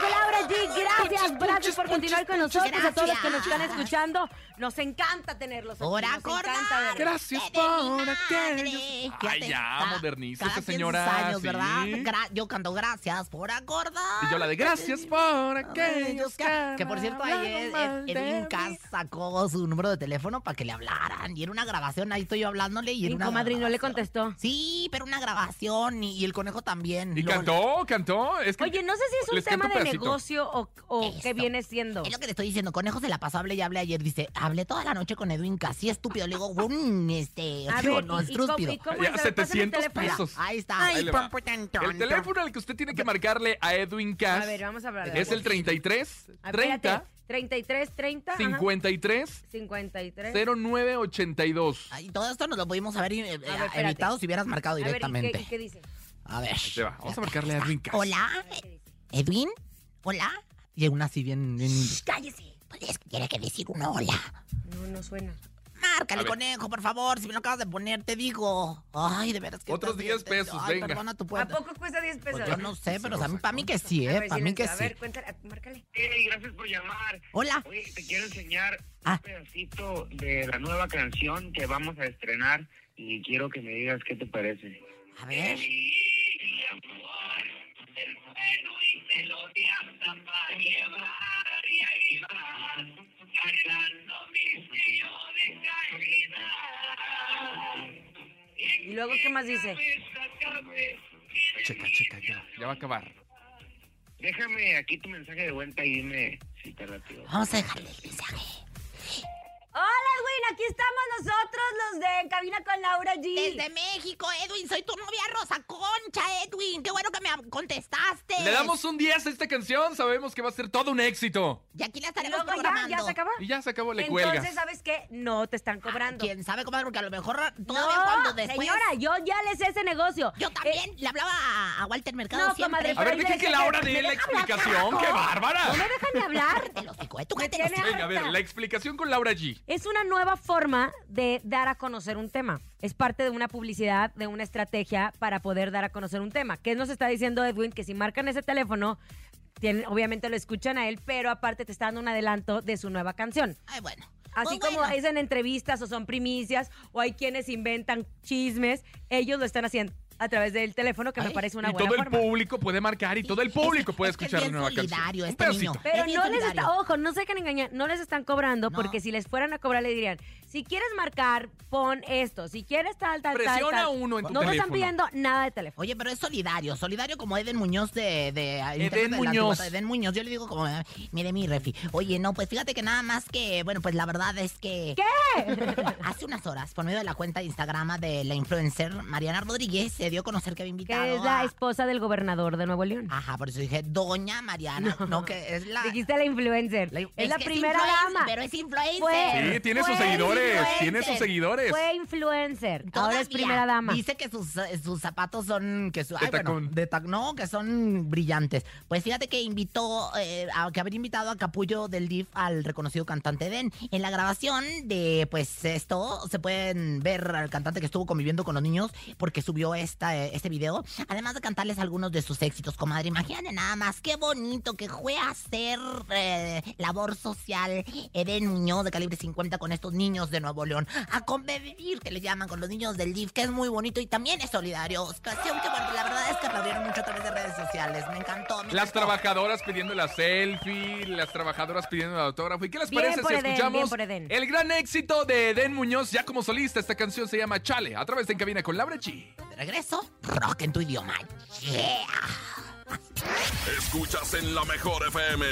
Speaker 3: con Laura G. Gracias, gracias por continuar con nosotros. A todos los que nos están escuchando, nos encanta tenerlos aquí.
Speaker 4: Ahora
Speaker 3: nos encanta verlos.
Speaker 5: Gracias
Speaker 4: de
Speaker 5: por
Speaker 4: mi
Speaker 5: aquellos.
Speaker 4: madre.
Speaker 5: Ay,
Speaker 4: Fíjate,
Speaker 5: ya,
Speaker 4: cada-
Speaker 5: moderniza
Speaker 4: cada
Speaker 5: esta
Speaker 4: quien sus
Speaker 5: señora.
Speaker 4: años,
Speaker 5: sí.
Speaker 4: ¿verdad? Gra- yo canto gracias por acordar.
Speaker 5: Y yo la de gracias por aquellos que.
Speaker 4: Que por cierto,
Speaker 5: me
Speaker 4: ayer
Speaker 5: hablaron
Speaker 4: Ed-
Speaker 5: mal de
Speaker 4: Edwin
Speaker 5: mí.
Speaker 4: Cass sacó su número de teléfono para que le hablaran. Y era una grabación, ahí estoy yo hablándole. Y era
Speaker 3: Mi
Speaker 4: una
Speaker 3: comadre no le
Speaker 4: grabación.
Speaker 3: contestó.
Speaker 4: Sí, pero una grabación. Y, y el conejo también.
Speaker 5: Y
Speaker 4: Lol.
Speaker 5: cantó, cantó. Es que
Speaker 3: Oye, no sé si es un
Speaker 5: les
Speaker 3: tema
Speaker 5: canto
Speaker 3: de
Speaker 5: pedacito.
Speaker 3: negocio o, o qué
Speaker 4: Eso.
Speaker 3: viene siendo.
Speaker 4: Es lo que le estoy diciendo. Conejo se la pasó, hablé y hablé ayer. Dice, hablé toda la noche con Edwin Cass. Sí, estúpido. Le digo, "Mm, este.
Speaker 3: A
Speaker 4: digo,
Speaker 3: ver,
Speaker 4: no,
Speaker 3: ¿y-
Speaker 4: es
Speaker 3: y cómo-
Speaker 4: trúspido".
Speaker 3: y cómo es?
Speaker 5: Ya,
Speaker 3: A ver,
Speaker 5: 700
Speaker 3: pásame el
Speaker 4: Mira,
Speaker 3: teléfono.
Speaker 5: pesos.
Speaker 4: ahí está.
Speaker 5: Ahí le va. El
Speaker 4: teléfono.
Speaker 5: teléfono al que usted tiene que marcarle a Edwin Cass
Speaker 3: A ver, vamos a hablar.
Speaker 5: es el 33
Speaker 3: A ver,
Speaker 5: 30
Speaker 3: espérate. 33, 30. ajá.
Speaker 5: 53
Speaker 3: 53.
Speaker 5: 0982.
Speaker 4: Ay, todo esto nos lo pudimos haber eh, eh,
Speaker 3: espérate.
Speaker 4: evitado si hubieras marcado
Speaker 3: A ver, ¿y qué-
Speaker 4: directamente.
Speaker 3: ¿y qué dice?
Speaker 4: A ver.
Speaker 5: Ahí te va. Vamos a marcarle a Edwin Cass.
Speaker 4: Hola, Edwin. Hola. Y una así bien. bien...
Speaker 3: Cállese.
Speaker 4: Pues es que tiene que decir una hola.
Speaker 3: No, no suena.
Speaker 5: A
Speaker 4: Márcale,
Speaker 5: ver.
Speaker 4: conejo, por favor. Si me lo acabas de poner, te digo. Ay, de veras que.
Speaker 5: Otros
Speaker 4: estás
Speaker 5: 10
Speaker 4: bien-
Speaker 5: pesos,
Speaker 4: Ay,
Speaker 5: venga.
Speaker 4: Perdona tu
Speaker 3: ¿A
Speaker 4: puerta.
Speaker 3: poco cuesta 10 pesos?
Speaker 4: Pues yo no sé, pero para mí que sí,
Speaker 3: A
Speaker 4: ¿eh?
Speaker 3: ver,
Speaker 4: Para mí
Speaker 3: silencio.
Speaker 4: que
Speaker 3: A
Speaker 4: sí.
Speaker 3: ver, cuéntale, márcale.
Speaker 11: Hey, gracias por llamar.
Speaker 4: Hola.
Speaker 11: Oye, te quiero enseñar
Speaker 4: Ah.
Speaker 11: un pedacito de la nueva canción que vamos a estrenar y quiero que me digas qué te parece.
Speaker 4: A ver.
Speaker 3: ¿Y luego qué más dice?
Speaker 5: Checa, checa, ya. Ya va a acabar.
Speaker 11: Déjame aquí tu mensaje de vuelta y dime si te latió.
Speaker 4: Vamos a dejarle el mensaje.
Speaker 3: Hola, Edwin, aquí estamos nosotros, los de Cabina con Laura G.
Speaker 4: Desde México, Edwin. Soy tu novia Rosa Concha, Edwin. Qué bueno que me contestaste.
Speaker 5: Le damos un 10 a esta canción. Sabemos que va a ser todo un éxito.
Speaker 4: Y aquí la
Speaker 3: Y
Speaker 4: estaremos
Speaker 3: luego ya,
Speaker 4: programando.
Speaker 3: ya se acabó.
Speaker 5: Y ya se acabó, le
Speaker 3: Entonces,
Speaker 5: cuelgas.
Speaker 3: ¿sabes qué? No te están cobrando.
Speaker 4: Ah, Quién sabe, comadre, porque a lo mejor todavía cuando
Speaker 3: No,
Speaker 4: después.
Speaker 3: señora, yo ya les sé ese negocio. Eh,
Speaker 4: Yo también le hablaba a, a Walter Mercado
Speaker 3: No,
Speaker 4: siempre.
Speaker 3: comadre,
Speaker 5: A
Speaker 3: pero
Speaker 5: ver,
Speaker 3: yo
Speaker 5: deje
Speaker 3: decía
Speaker 5: que Laura
Speaker 3: que-
Speaker 5: dé la
Speaker 3: déjame hablar,
Speaker 5: explicación. ¡Qué
Speaker 3: carajo.
Speaker 5: bárbara!
Speaker 3: No me dejan de hablar.
Speaker 4: Cállate el hocico, ¿eh? Tú
Speaker 3: Me
Speaker 4: cállate el
Speaker 3: tiene
Speaker 4: hocico.
Speaker 5: Venga, a ver, la explicación con Laura G.
Speaker 3: Es una nueva forma de dar a conocer un tema. Es parte de una publicidad, de una estrategia para poder dar a conocer un tema. ¿Qué nos está diciendo Edwin? Que si marcan ese teléfono, tienen- obviamente lo escuchan a él, pero aparte te está dando un adelanto de su nueva canción.
Speaker 4: Ay, bueno.
Speaker 3: Así
Speaker 4: Pues
Speaker 3: como
Speaker 4: bueno.
Speaker 3: es en entrevistas o son primicias o hay quienes inventan chismes, ellos lo están haciendo a través del teléfono, que me
Speaker 4: Ay,
Speaker 3: parece una
Speaker 5: y
Speaker 3: buena
Speaker 5: todo el
Speaker 3: forma.
Speaker 5: público puede marcar y todo el público
Speaker 4: Es-
Speaker 5: puede
Speaker 4: es que es
Speaker 5: escuchar
Speaker 4: bien
Speaker 5: una nueva
Speaker 4: solidario
Speaker 5: canción.
Speaker 4: este
Speaker 5: pedacito.
Speaker 4: niño.
Speaker 3: Pero
Speaker 4: Es bien
Speaker 3: no les
Speaker 4: solidario.
Speaker 3: está, ojo, no se que engañar, no les están cobrando
Speaker 4: No.
Speaker 3: porque si les fueran a cobrar le dirían, si quieres marcar, pon esto, si quieres tal, tal, tal,
Speaker 5: Presiona
Speaker 3: tal.
Speaker 5: uno en tu
Speaker 3: no te están
Speaker 5: teléfono.
Speaker 3: pidiendo nada de teléfono.
Speaker 4: Oye, pero es solidario, solidario como Eden Muñoz de... de el intérprete de la
Speaker 5: Muñoz.
Speaker 4: antigüedad, Eden Muñoz, yo le digo como, eh, mire mi refi. Oye, no, pues fíjate que nada más que, bueno, pues la verdad es que...
Speaker 3: ¿Qué?
Speaker 4: Hace unas horas, por medio de la cuenta de Instagram de la influencer Mariana Rodríguez, se dio a conocer que había invitado
Speaker 3: que es la
Speaker 4: a-
Speaker 3: esposa del gobernador de Nuevo León.
Speaker 4: Ajá, por eso dije, doña Mariana, no, que es la...
Speaker 3: Dijiste la influencer.
Speaker 4: Ah. la-
Speaker 3: es la
Speaker 4: que
Speaker 3: primera
Speaker 4: influencer,
Speaker 3: dama.
Speaker 4: Pero es influencer.
Speaker 3: Fue-
Speaker 5: Sí, tiene sus
Speaker 3: Pues,
Speaker 5: seguidores,
Speaker 4: influencer.
Speaker 5: tiene sus seguidores.
Speaker 3: Fue influencer. Ahora es
Speaker 4: Todavía
Speaker 3: primera dama.
Speaker 4: Dice que sus, eh, sus zapatos son. Que su,
Speaker 5: De
Speaker 4: ay, bueno,
Speaker 5: tacón.
Speaker 4: de tac- no, que son brillantes. Pues fíjate que invitó, eh, a, que habría invitado a Capullo del DIF al reconocido cantante Den. En la grabación de pues esto, se pueden ver al cantante que estuvo conviviendo con los niños porque subió esta, eh, este video. Además de cantarles algunos de sus éxitos, comadre. Imagínate nada más, qué bonito que fue a hacer eh, labor social Eden Muñoz de calibre 50 con estos niños de Nuevo León. A convivir, que le llaman con los niños del DIF, que es muy bonito y también es solidario. Situación que, bueno, la verdad es que aplaudieron mucho a través de redes sociales. Me encantó. me
Speaker 5: Las
Speaker 4: encantó.
Speaker 5: trabajadoras pidiendo la selfie, las trabajadoras pidiendo el autógrafo. ¿Y qué les
Speaker 3: Bien
Speaker 5: parece
Speaker 3: por
Speaker 5: si
Speaker 3: Eden, bien
Speaker 5: escuchamos
Speaker 3: por Eden.
Speaker 5: el gran éxito de Eden Muñoz ya como solista? Esta canción se llama Chale, a través de En Cabina con Laura G.
Speaker 4: De regreso, rock en tu idioma. Yeah.
Speaker 6: Escuchas en la mejor FM.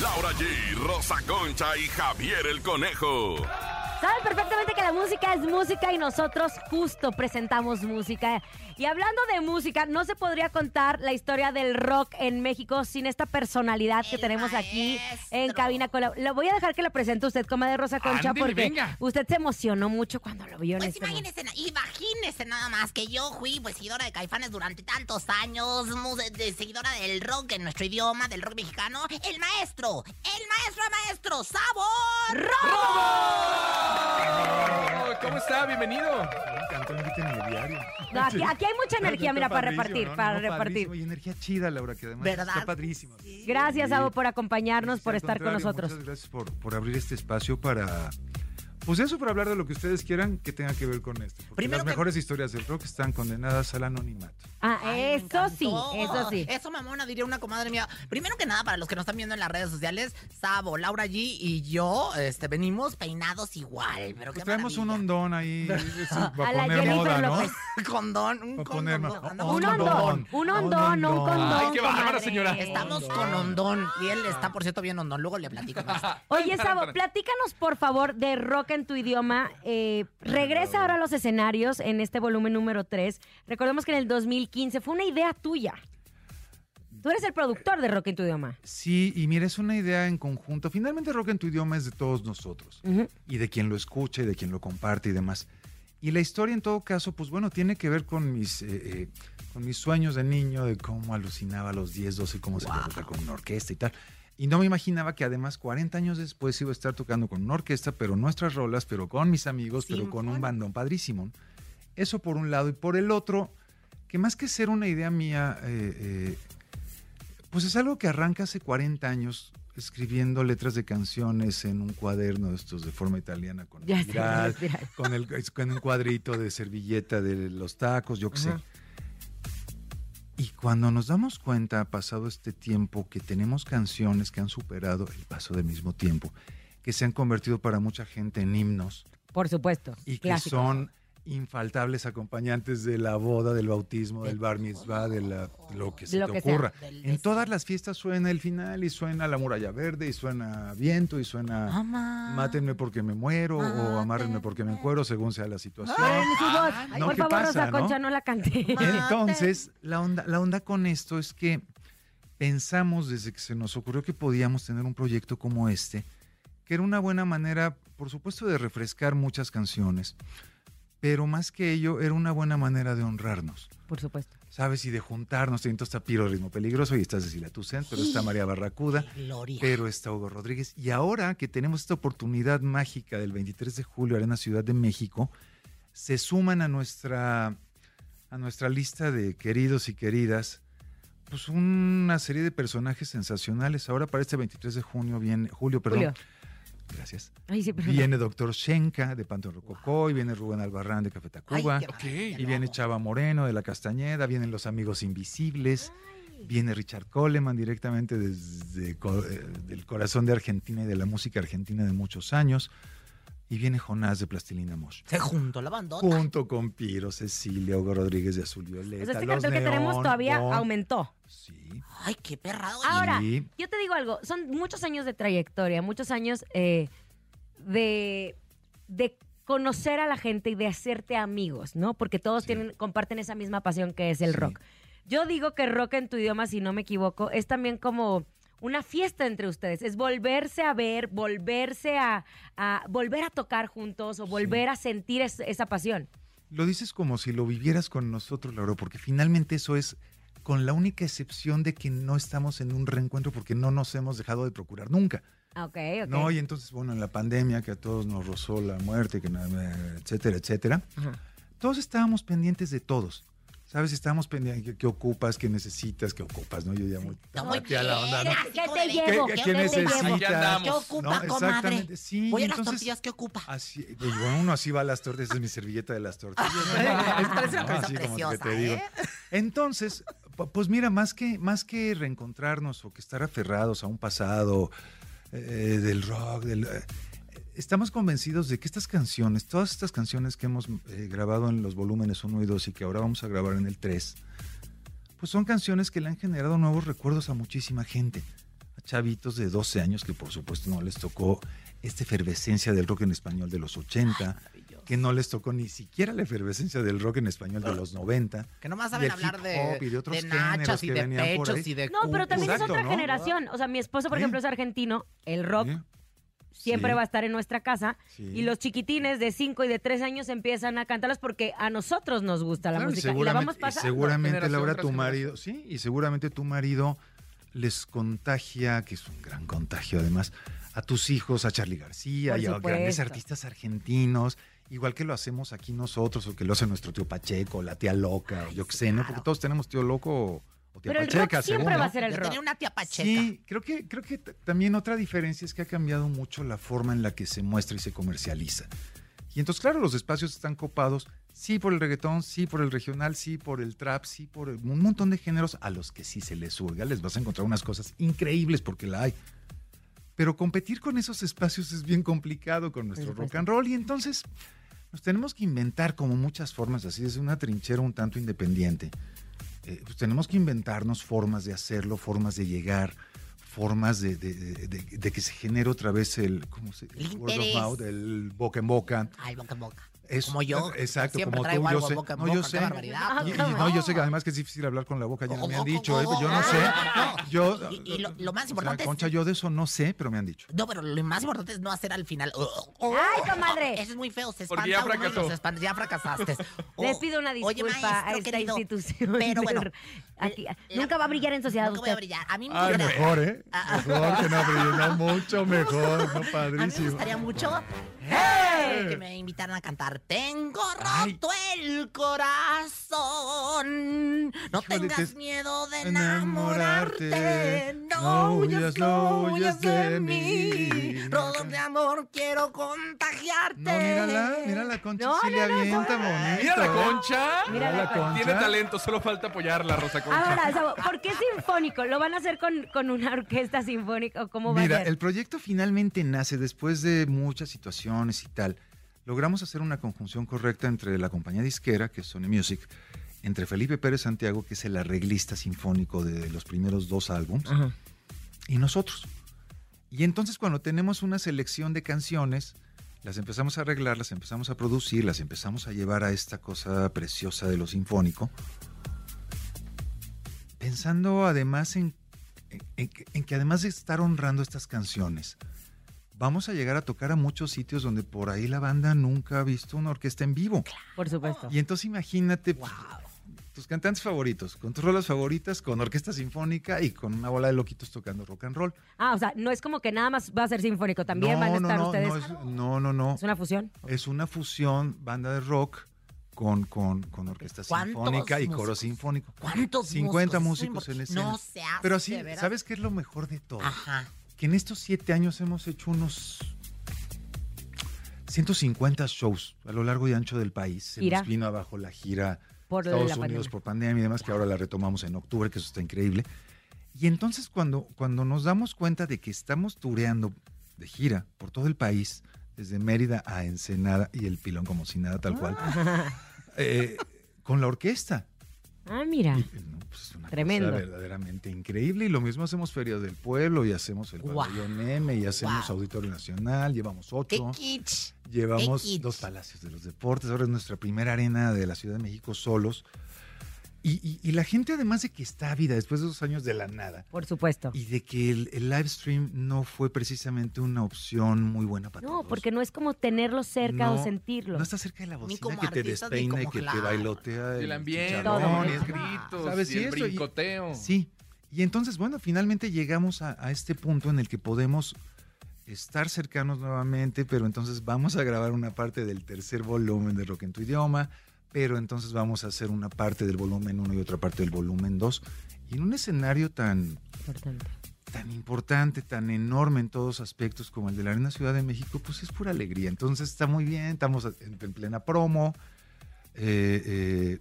Speaker 6: Laura G, Rosa Concha y Javier el Conejo.
Speaker 3: Saben perfectamente que la música es música y nosotros justo presentamos música. Y hablando de música, no se podría contar la historia del rock en México sin esta personalidad que tenemos aquí en cabina. con la- Lo voy a dejar que la presente usted, coma de Rosa Concha,
Speaker 4: Ándele,
Speaker 3: porque
Speaker 4: venga.
Speaker 3: usted se emocionó mucho cuando lo vio en
Speaker 4: Pues
Speaker 3: este momento.
Speaker 4: imagínense, na- imagínense nada más que yo fui pues, seguidora de Caifanes durante tantos años, mu- de- de- seguidora del rock en nuestro idioma, del rock mexicano, el maestro, el maestro de maestros, Sabor
Speaker 5: ¿Cómo está? Bienvenido.
Speaker 12: Cantó Invítenme Diario.
Speaker 3: No, aquí- aquí hay mucha
Speaker 12: Está
Speaker 3: energía, mira, para
Speaker 12: padrísimo,
Speaker 3: repartir,
Speaker 12: no, no,
Speaker 3: para
Speaker 12: no,
Speaker 3: repartir.
Speaker 12: padrísimo. Y energía chida, Laura, que además
Speaker 3: ¿Verdad?
Speaker 12: está padrísima.
Speaker 3: Gracias, Abo, por acompañarnos, por
Speaker 12: Al
Speaker 3: estar con
Speaker 12: contrario,
Speaker 3: nosotros.
Speaker 12: Muchas gracias por, por abrir este espacio para... Pues eso, para hablar de lo que ustedes quieran que tenga que ver con esto. Porque las mejores historias del rock están condenadas al anonimato.
Speaker 3: Ah, eso sí,
Speaker 4: No,
Speaker 3: eso sí.
Speaker 4: Eso, mamona, diría una comadre mía. Primero que nada, para los que nos están viendo en las redes sociales, Sabo, Laura G y yo este, venimos peinados igual. Pero qué
Speaker 12: Pues traemos un hondón ahí. eso va a
Speaker 4: la
Speaker 12: poner
Speaker 4: Jennifer
Speaker 12: moda, ¿no?
Speaker 4: López. condón, un
Speaker 12: Va a poner moda.
Speaker 3: Un hondón, un hondón, no un condón. comadre.
Speaker 4: Estamos con hondón. Y él está, por cierto, bien hondón. Luego le platico más.
Speaker 3: Oye, Sabo, platícanos por favor de rock en tu idioma. Eh, regresa ahora a los escenarios en este volumen número 3. Recordemos que en el 2015 fue una idea tuya. Tú eres el productor de rock en tu idioma.
Speaker 12: Sí, y mira, es una idea en conjunto. Finalmente, rock en tu idioma es de todos nosotros. Y de quien lo escucha y de quien lo comparte y demás. Y la historia, en todo caso, pues bueno, tiene que ver con mis, eh, eh, con mis sueños de niño, de cómo alucinaba a los 10, 12, cómo se iba a tocar con una orquesta y tal. Y no me imaginaba que además 40 años después iba a estar tocando con una orquesta, pero nuestras rolas, pero con mis amigos, pero con un bandón padrísimo. ¿no? Eso por un lado. Y por el otro, que más que ser una idea mía, eh, eh, pues es algo que arranca hace 40 años escribiendo letras de canciones en un cuaderno de estos de forma italiana con
Speaker 3: Ya
Speaker 12: el
Speaker 3: sé,
Speaker 12: viral,
Speaker 3: ya sé.
Speaker 12: con, el, con un cuadrito de servilleta de los tacos, yo qué sé.
Speaker 3: Ajá.
Speaker 12: Y cuando nos damos cuenta, pasado este tiempo, que tenemos canciones que han superado el paso del mismo tiempo, que se han convertido para mucha gente en himnos,
Speaker 3: Por supuesto.
Speaker 12: y que
Speaker 3: clásico.
Speaker 12: son infaltables acompañantes de la boda, del bautismo, del bar mitzvah, de, la- de lo que se
Speaker 3: Lo
Speaker 12: te
Speaker 3: que sea.
Speaker 12: ocurra.
Speaker 3: Del
Speaker 12: en todas las fiestas suena el final y suena la muralla verde y suena viento y suena mátenme porque me muero o amárrenme porque me encuero según sea la situación.
Speaker 3: Pero en su voz.
Speaker 12: Ah, No,
Speaker 3: por
Speaker 12: ¿qué
Speaker 3: favor,
Speaker 12: pasa,
Speaker 3: Rosa
Speaker 12: no?
Speaker 3: Concha, no la cante.
Speaker 12: Entonces, la onda, la onda con esto es que pensamos desde que se nos ocurrió que podíamos tener un proyecto como este, que era una buena manera, por supuesto, de refrescar muchas canciones, pero más que ello, era una buena manera de honrarnos.
Speaker 3: Por supuesto.
Speaker 12: ¿Sabes? Y de juntarnos. Y Entonces está Piro Ritmo Peligroso y está Cecilia Tucent, pero está María Barracuda,
Speaker 4: Gloria.
Speaker 12: pero está Hugo Rodríguez. Y ahora que tenemos esta oportunidad mágica del 23 de julio, Arena Ciudad de México, se suman a nuestra, a nuestra lista de queridos y queridas, pues una serie de personajes sensacionales. Ahora para este 23 de junio viene, julio, perdón.
Speaker 3: Julio.
Speaker 12: Gracias.
Speaker 3: Ay, sí, perdón.
Speaker 12: Viene Doctor Shenka de Panteón Rococó, y viene Rubén Albarrán de Café Tacuba,
Speaker 5: Ay, qué maravilla,
Speaker 12: y viene Chava Moreno de La Castañeda, vienen Los Amigos Invisibles, viene Richard Coleman directamente desde co- eh, del corazón de Argentina y de la música argentina de muchos años, y viene Jonás de Plastilina Mosh.
Speaker 4: Se juntó la bandota.
Speaker 12: Junto con Piro, Cecilia, Hugo Rodríguez de Azul Violeta.
Speaker 3: O sea, este
Speaker 12: Los
Speaker 3: cartel que tenemos
Speaker 12: Neón,
Speaker 3: todavía
Speaker 12: Bon.
Speaker 3: aumentó.
Speaker 4: Ay, qué perrado.
Speaker 3: Ahora,
Speaker 12: Sí.
Speaker 3: yo te digo algo, son muchos años de trayectoria, muchos años eh, de, de conocer a la gente y de hacerte amigos, ¿no? Porque todos tienen, comparten esa misma pasión que es el rock. Yo digo que rock en tu idioma, si no me equivoco, es también como una fiesta entre ustedes. Es volverse a ver, volverse a, a- volver a tocar juntos o volver a sentir es- esa pasión.
Speaker 12: Lo dices como si lo vivieras con nosotros, Laura, porque finalmente eso es con la única excepción de que no estamos en un reencuentro porque no nos hemos dejado de procurar nunca.
Speaker 3: Ah, Ok, ok.
Speaker 12: No, y entonces, bueno, en la pandemia que a todos nos rozó la muerte, que nada, etcétera, etcétera, todos estábamos pendientes de todos. ¿Sabes? Estábamos pendientes de qué ocupas, qué necesitas, qué ocupas, ¿no? Yo ya muy tapatía la onda, ¿no?
Speaker 3: ¿Qué te
Speaker 12: ¿Qué,
Speaker 3: llevo?
Speaker 12: qué
Speaker 3: ¿Qué te llevo?
Speaker 12: necesitas?
Speaker 4: ¿Qué ocupa,
Speaker 12: ¿No?
Speaker 4: comadre?
Speaker 12: Exactamente, Sí,
Speaker 4: Voy a las
Speaker 12: entonces,
Speaker 4: tortillas, ¿qué ocupa?
Speaker 12: Así, pues, bueno, uno así va a las tortillas, esa es mi servilleta de las tortillas.
Speaker 4: Es Ah, una
Speaker 12: No,
Speaker 4: cosa
Speaker 12: así como que
Speaker 4: preciosa,
Speaker 12: te digo.
Speaker 4: ¿eh?
Speaker 12: Entonces, pu- pues mira, más que, más que reencontrarnos o que estar aferrados a un pasado eh, del rock, del, eh, estamos convencidos de que estas canciones, todas estas canciones que hemos eh, grabado en los volúmenes 1 y 2 y que ahora vamos a grabar en el 3, pues son canciones que le han generado nuevos recuerdos a muchísima gente. A chavitos de 12 años que por supuesto no les tocó esta efervescencia del rock en español de los 80, que no les tocó ni siquiera la efervescencia del rock en español de los 90.
Speaker 4: Que nomás
Speaker 12: y
Speaker 4: saben
Speaker 12: el
Speaker 4: hablar
Speaker 12: hip
Speaker 4: de,
Speaker 12: hop y de otros
Speaker 4: de nachas
Speaker 12: géneros
Speaker 4: y
Speaker 12: que
Speaker 4: de
Speaker 12: venían por
Speaker 4: pechos
Speaker 12: ahí.
Speaker 4: y de
Speaker 3: No, pero también es
Speaker 12: Eh, Exacto,
Speaker 3: otra
Speaker 12: ¿no?
Speaker 3: generación. O sea, mi esposo, por ejemplo, es argentino. El rock siempre
Speaker 12: Sí.
Speaker 3: va a estar en nuestra casa.
Speaker 12: Sí.
Speaker 3: Y los chiquitines de 5 y de 3 años empiezan a cantarlas porque a nosotros nos gusta la
Speaker 12: Claro, y
Speaker 3: música. Y la
Speaker 12: seguramente,
Speaker 3: vamos
Speaker 12: y
Speaker 3: pasando.
Speaker 12: seguramente, Laura, tu marido, sí, y seguramente tu marido les contagia, que es un gran contagio además, a tus hijos, a Charlie García
Speaker 13: Por
Speaker 12: y a grandes
Speaker 13: supuesto.
Speaker 12: artistas argentinos, igual que lo hacemos aquí nosotros, o que lo hace nuestro tío Pacheco, la tía loca, o yo qué sé, ¿no? Porque todos tenemos tío loco o tía
Speaker 3: Pero el
Speaker 12: Pacheca,
Speaker 3: rock siempre
Speaker 12: según,
Speaker 3: va a
Speaker 12: ¿no?
Speaker 3: ser el rock.
Speaker 4: una tía pacheca.
Speaker 12: Sí, creo que, creo que t- también otra diferencia es que ha cambiado mucho la forma en la que se muestra y se comercializa. Y entonces, claro, los espacios están copados, sí por el reggaetón, sí por el regional, sí por el trap, sí por el- un montón de géneros a los que sí se les surga, les vas a encontrar unas cosas increíbles porque la hay. Pero competir con esos espacios es bien complicado con nuestro rock and roll y entonces nos tenemos que inventar como muchas formas, así es una trinchera un tanto independiente. Eh, pues tenemos que inventarnos formas de hacerlo, formas de llegar, formas de, de- de- de- de que se genere otra vez el, ¿cómo se, el word of
Speaker 4: interés.
Speaker 12: mouth, el boca en boca.
Speaker 4: Ay, boca en boca.
Speaker 12: Es-
Speaker 4: Como yo.
Speaker 12: Exacto,
Speaker 4: Siempre
Speaker 12: como
Speaker 4: traigo
Speaker 12: tú, yo
Speaker 4: algo
Speaker 12: sé.
Speaker 4: boca en
Speaker 12: no,
Speaker 4: boca,
Speaker 12: yo
Speaker 4: qué
Speaker 12: sé.
Speaker 4: barbaridad.
Speaker 12: Y- y no, yo sé que además que es difícil hablar con la boca, ya no
Speaker 4: Oh,
Speaker 12: me han dicho, ¿eh? yo no sé. Yo,
Speaker 4: Y, Ah, y lo, lo más
Speaker 12: o sea,
Speaker 4: importante
Speaker 12: Concha, yo de eso no sé, pero me han dicho.
Speaker 4: es. No, pero lo más importante es no hacer al final.
Speaker 3: ¡Ay, comadre!
Speaker 4: Eso es muy feo, se espanta
Speaker 3: Porque ya
Speaker 4: uno y
Speaker 3: fracasó.
Speaker 4: nos espanta, ya fracasaste.
Speaker 12: Oh.
Speaker 3: Les pido una disculpa
Speaker 4: Oye, maestro,
Speaker 3: a esta
Speaker 4: querido,
Speaker 3: institución.
Speaker 4: pero bueno, eh,
Speaker 3: de- aquí- nunca va a brillar en sociedad.
Speaker 4: nunca voy a
Speaker 3: usted.
Speaker 4: brillar. A mí me
Speaker 12: Ay,
Speaker 4: gustaría-
Speaker 12: mejor, ¿eh? Mejor que no brillo, no, mucho mejor, no
Speaker 4: A mí me
Speaker 12: padrísimo. ¡Eh!
Speaker 4: gustaría mucho eh, que me invitaran a cantar. Tengo roto el corazón. No
Speaker 12: Híjole,
Speaker 4: tengas
Speaker 12: te-
Speaker 4: miedo de
Speaker 12: Enamorarte,
Speaker 4: enamorarte. No huyas, no huyas de mí. Rodón de amor, quiero contagiarte.
Speaker 12: No, mírala, mírala, Concha,
Speaker 4: No,
Speaker 12: sí le
Speaker 4: no, no,
Speaker 12: avienta bonito.
Speaker 5: Mira la concha.
Speaker 12: Mira la Concha.
Speaker 5: Tiene talento, solo falta apoyarla, Rosa Concha.
Speaker 3: Ahora, o sea, Ah, ¿por qué sinfónico? ¿Lo van a hacer con, con una orquesta sinfónica o cómo va a
Speaker 12: Mira,
Speaker 3: ser?
Speaker 12: el proyecto finalmente nace después de muchas situaciones y tal. Logramos hacer una conjunción correcta entre la compañía disquera, que es Sony Music, entre Felipe Pérez Santiago, que es el arreglista sinfónico de los primeros dos álbums, y nosotros. Y entonces cuando tenemos una selección de canciones, las empezamos a arreglar, las empezamos a producir, las empezamos a llevar a esta cosa preciosa de lo sinfónico, pensando además en en, que- en que además de estar honrando estas canciones, vamos a llegar a tocar a muchos sitios donde por ahí la banda nunca ha visto una orquesta en vivo.
Speaker 3: Por supuesto.
Speaker 12: Y entonces imagínate pues, tus cantantes favoritos, con tus rolas favoritas, con orquesta sinfónica y con una bola de loquitos tocando rock and roll.
Speaker 3: Ah, o sea, no es como que nada más va a ser sinfónico. También
Speaker 12: no,
Speaker 3: van a
Speaker 12: no,
Speaker 3: estar
Speaker 12: no,
Speaker 3: ustedes.
Speaker 12: No, es, no, no, no.
Speaker 3: ¿Es una fusión?
Speaker 12: Es una fusión, banda de rock. Con, con, con orquesta
Speaker 4: ¿Cuántos
Speaker 12: sinfónica y coro
Speaker 4: músicos?
Speaker 12: sinfónico.
Speaker 4: ¿Cuántos
Speaker 12: 50
Speaker 4: músicos?
Speaker 12: músicos,
Speaker 4: Soy
Speaker 12: en
Speaker 4: mor-
Speaker 12: escena.
Speaker 4: No se hace,
Speaker 12: Pero así,
Speaker 4: de veras.
Speaker 12: ¿sabes qué es lo mejor de todo?
Speaker 4: Ajá.
Speaker 12: que en estos siete años hemos hecho unos 150 shows a lo largo y ancho del país. Se
Speaker 3: Gira.
Speaker 12: nos vino abajo la gira
Speaker 3: Por la
Speaker 12: Estados Unidos
Speaker 3: pandemia.
Speaker 12: por pandemia y demás, que ahora la retomamos en octubre, que eso está increíble. Y entonces cuando, cuando nos damos cuenta de que estamos tureando de gira por todo el país, desde Mérida a Ensenada y el pilón como si nada, tal cual, eh, con la orquesta.
Speaker 3: Ah, mira. Tremendo.
Speaker 12: Pues, Cosa verdaderamente increíble. Y lo mismo hacemos Feria del Pueblo y hacemos Pues el
Speaker 4: Guau.
Speaker 12: Pabellón M y hacemos Auditorio Nacional. Llevamos ocho.
Speaker 4: Kitsch.
Speaker 12: Llevamos
Speaker 4: Qué kitsch.
Speaker 12: dos palacios de los deportes. Ahora es nuestra primera arena de la Ciudad de México solos. Y, y- y la gente, además de que está ávida después de dos años de la nada.
Speaker 3: Por supuesto.
Speaker 12: Y de que el, el live stream no fue precisamente una opción muy buena para
Speaker 3: No, porque no es como tenerlo cerca
Speaker 12: No,
Speaker 3: o sentirlo.
Speaker 12: no está cerca de la
Speaker 3: voz.
Speaker 12: bocina que te despeina y que te bailotea.
Speaker 5: El ambiente,
Speaker 12: chicharrón,
Speaker 5: los
Speaker 12: es-
Speaker 5: gritos,
Speaker 12: ¿sabes?
Speaker 5: y
Speaker 12: Sí,
Speaker 5: el
Speaker 12: eso, y-
Speaker 5: brincoteo.
Speaker 12: Sí. Y entonces, bueno, finalmente llegamos a, a este punto en el que podemos estar cercanos nuevamente, pero entonces vamos a grabar una parte del tercer volumen de Rock en tu idioma, pero entonces vamos a hacer una parte del volumen 1 y otra parte del volumen 2. Y en un escenario tan
Speaker 3: Importante.
Speaker 12: tan importante, tan enorme en todos aspectos como el de la Arena Ciudad de México, pues es pura alegría. Entonces está muy bien, estamos en, en plena promo. eh, eh,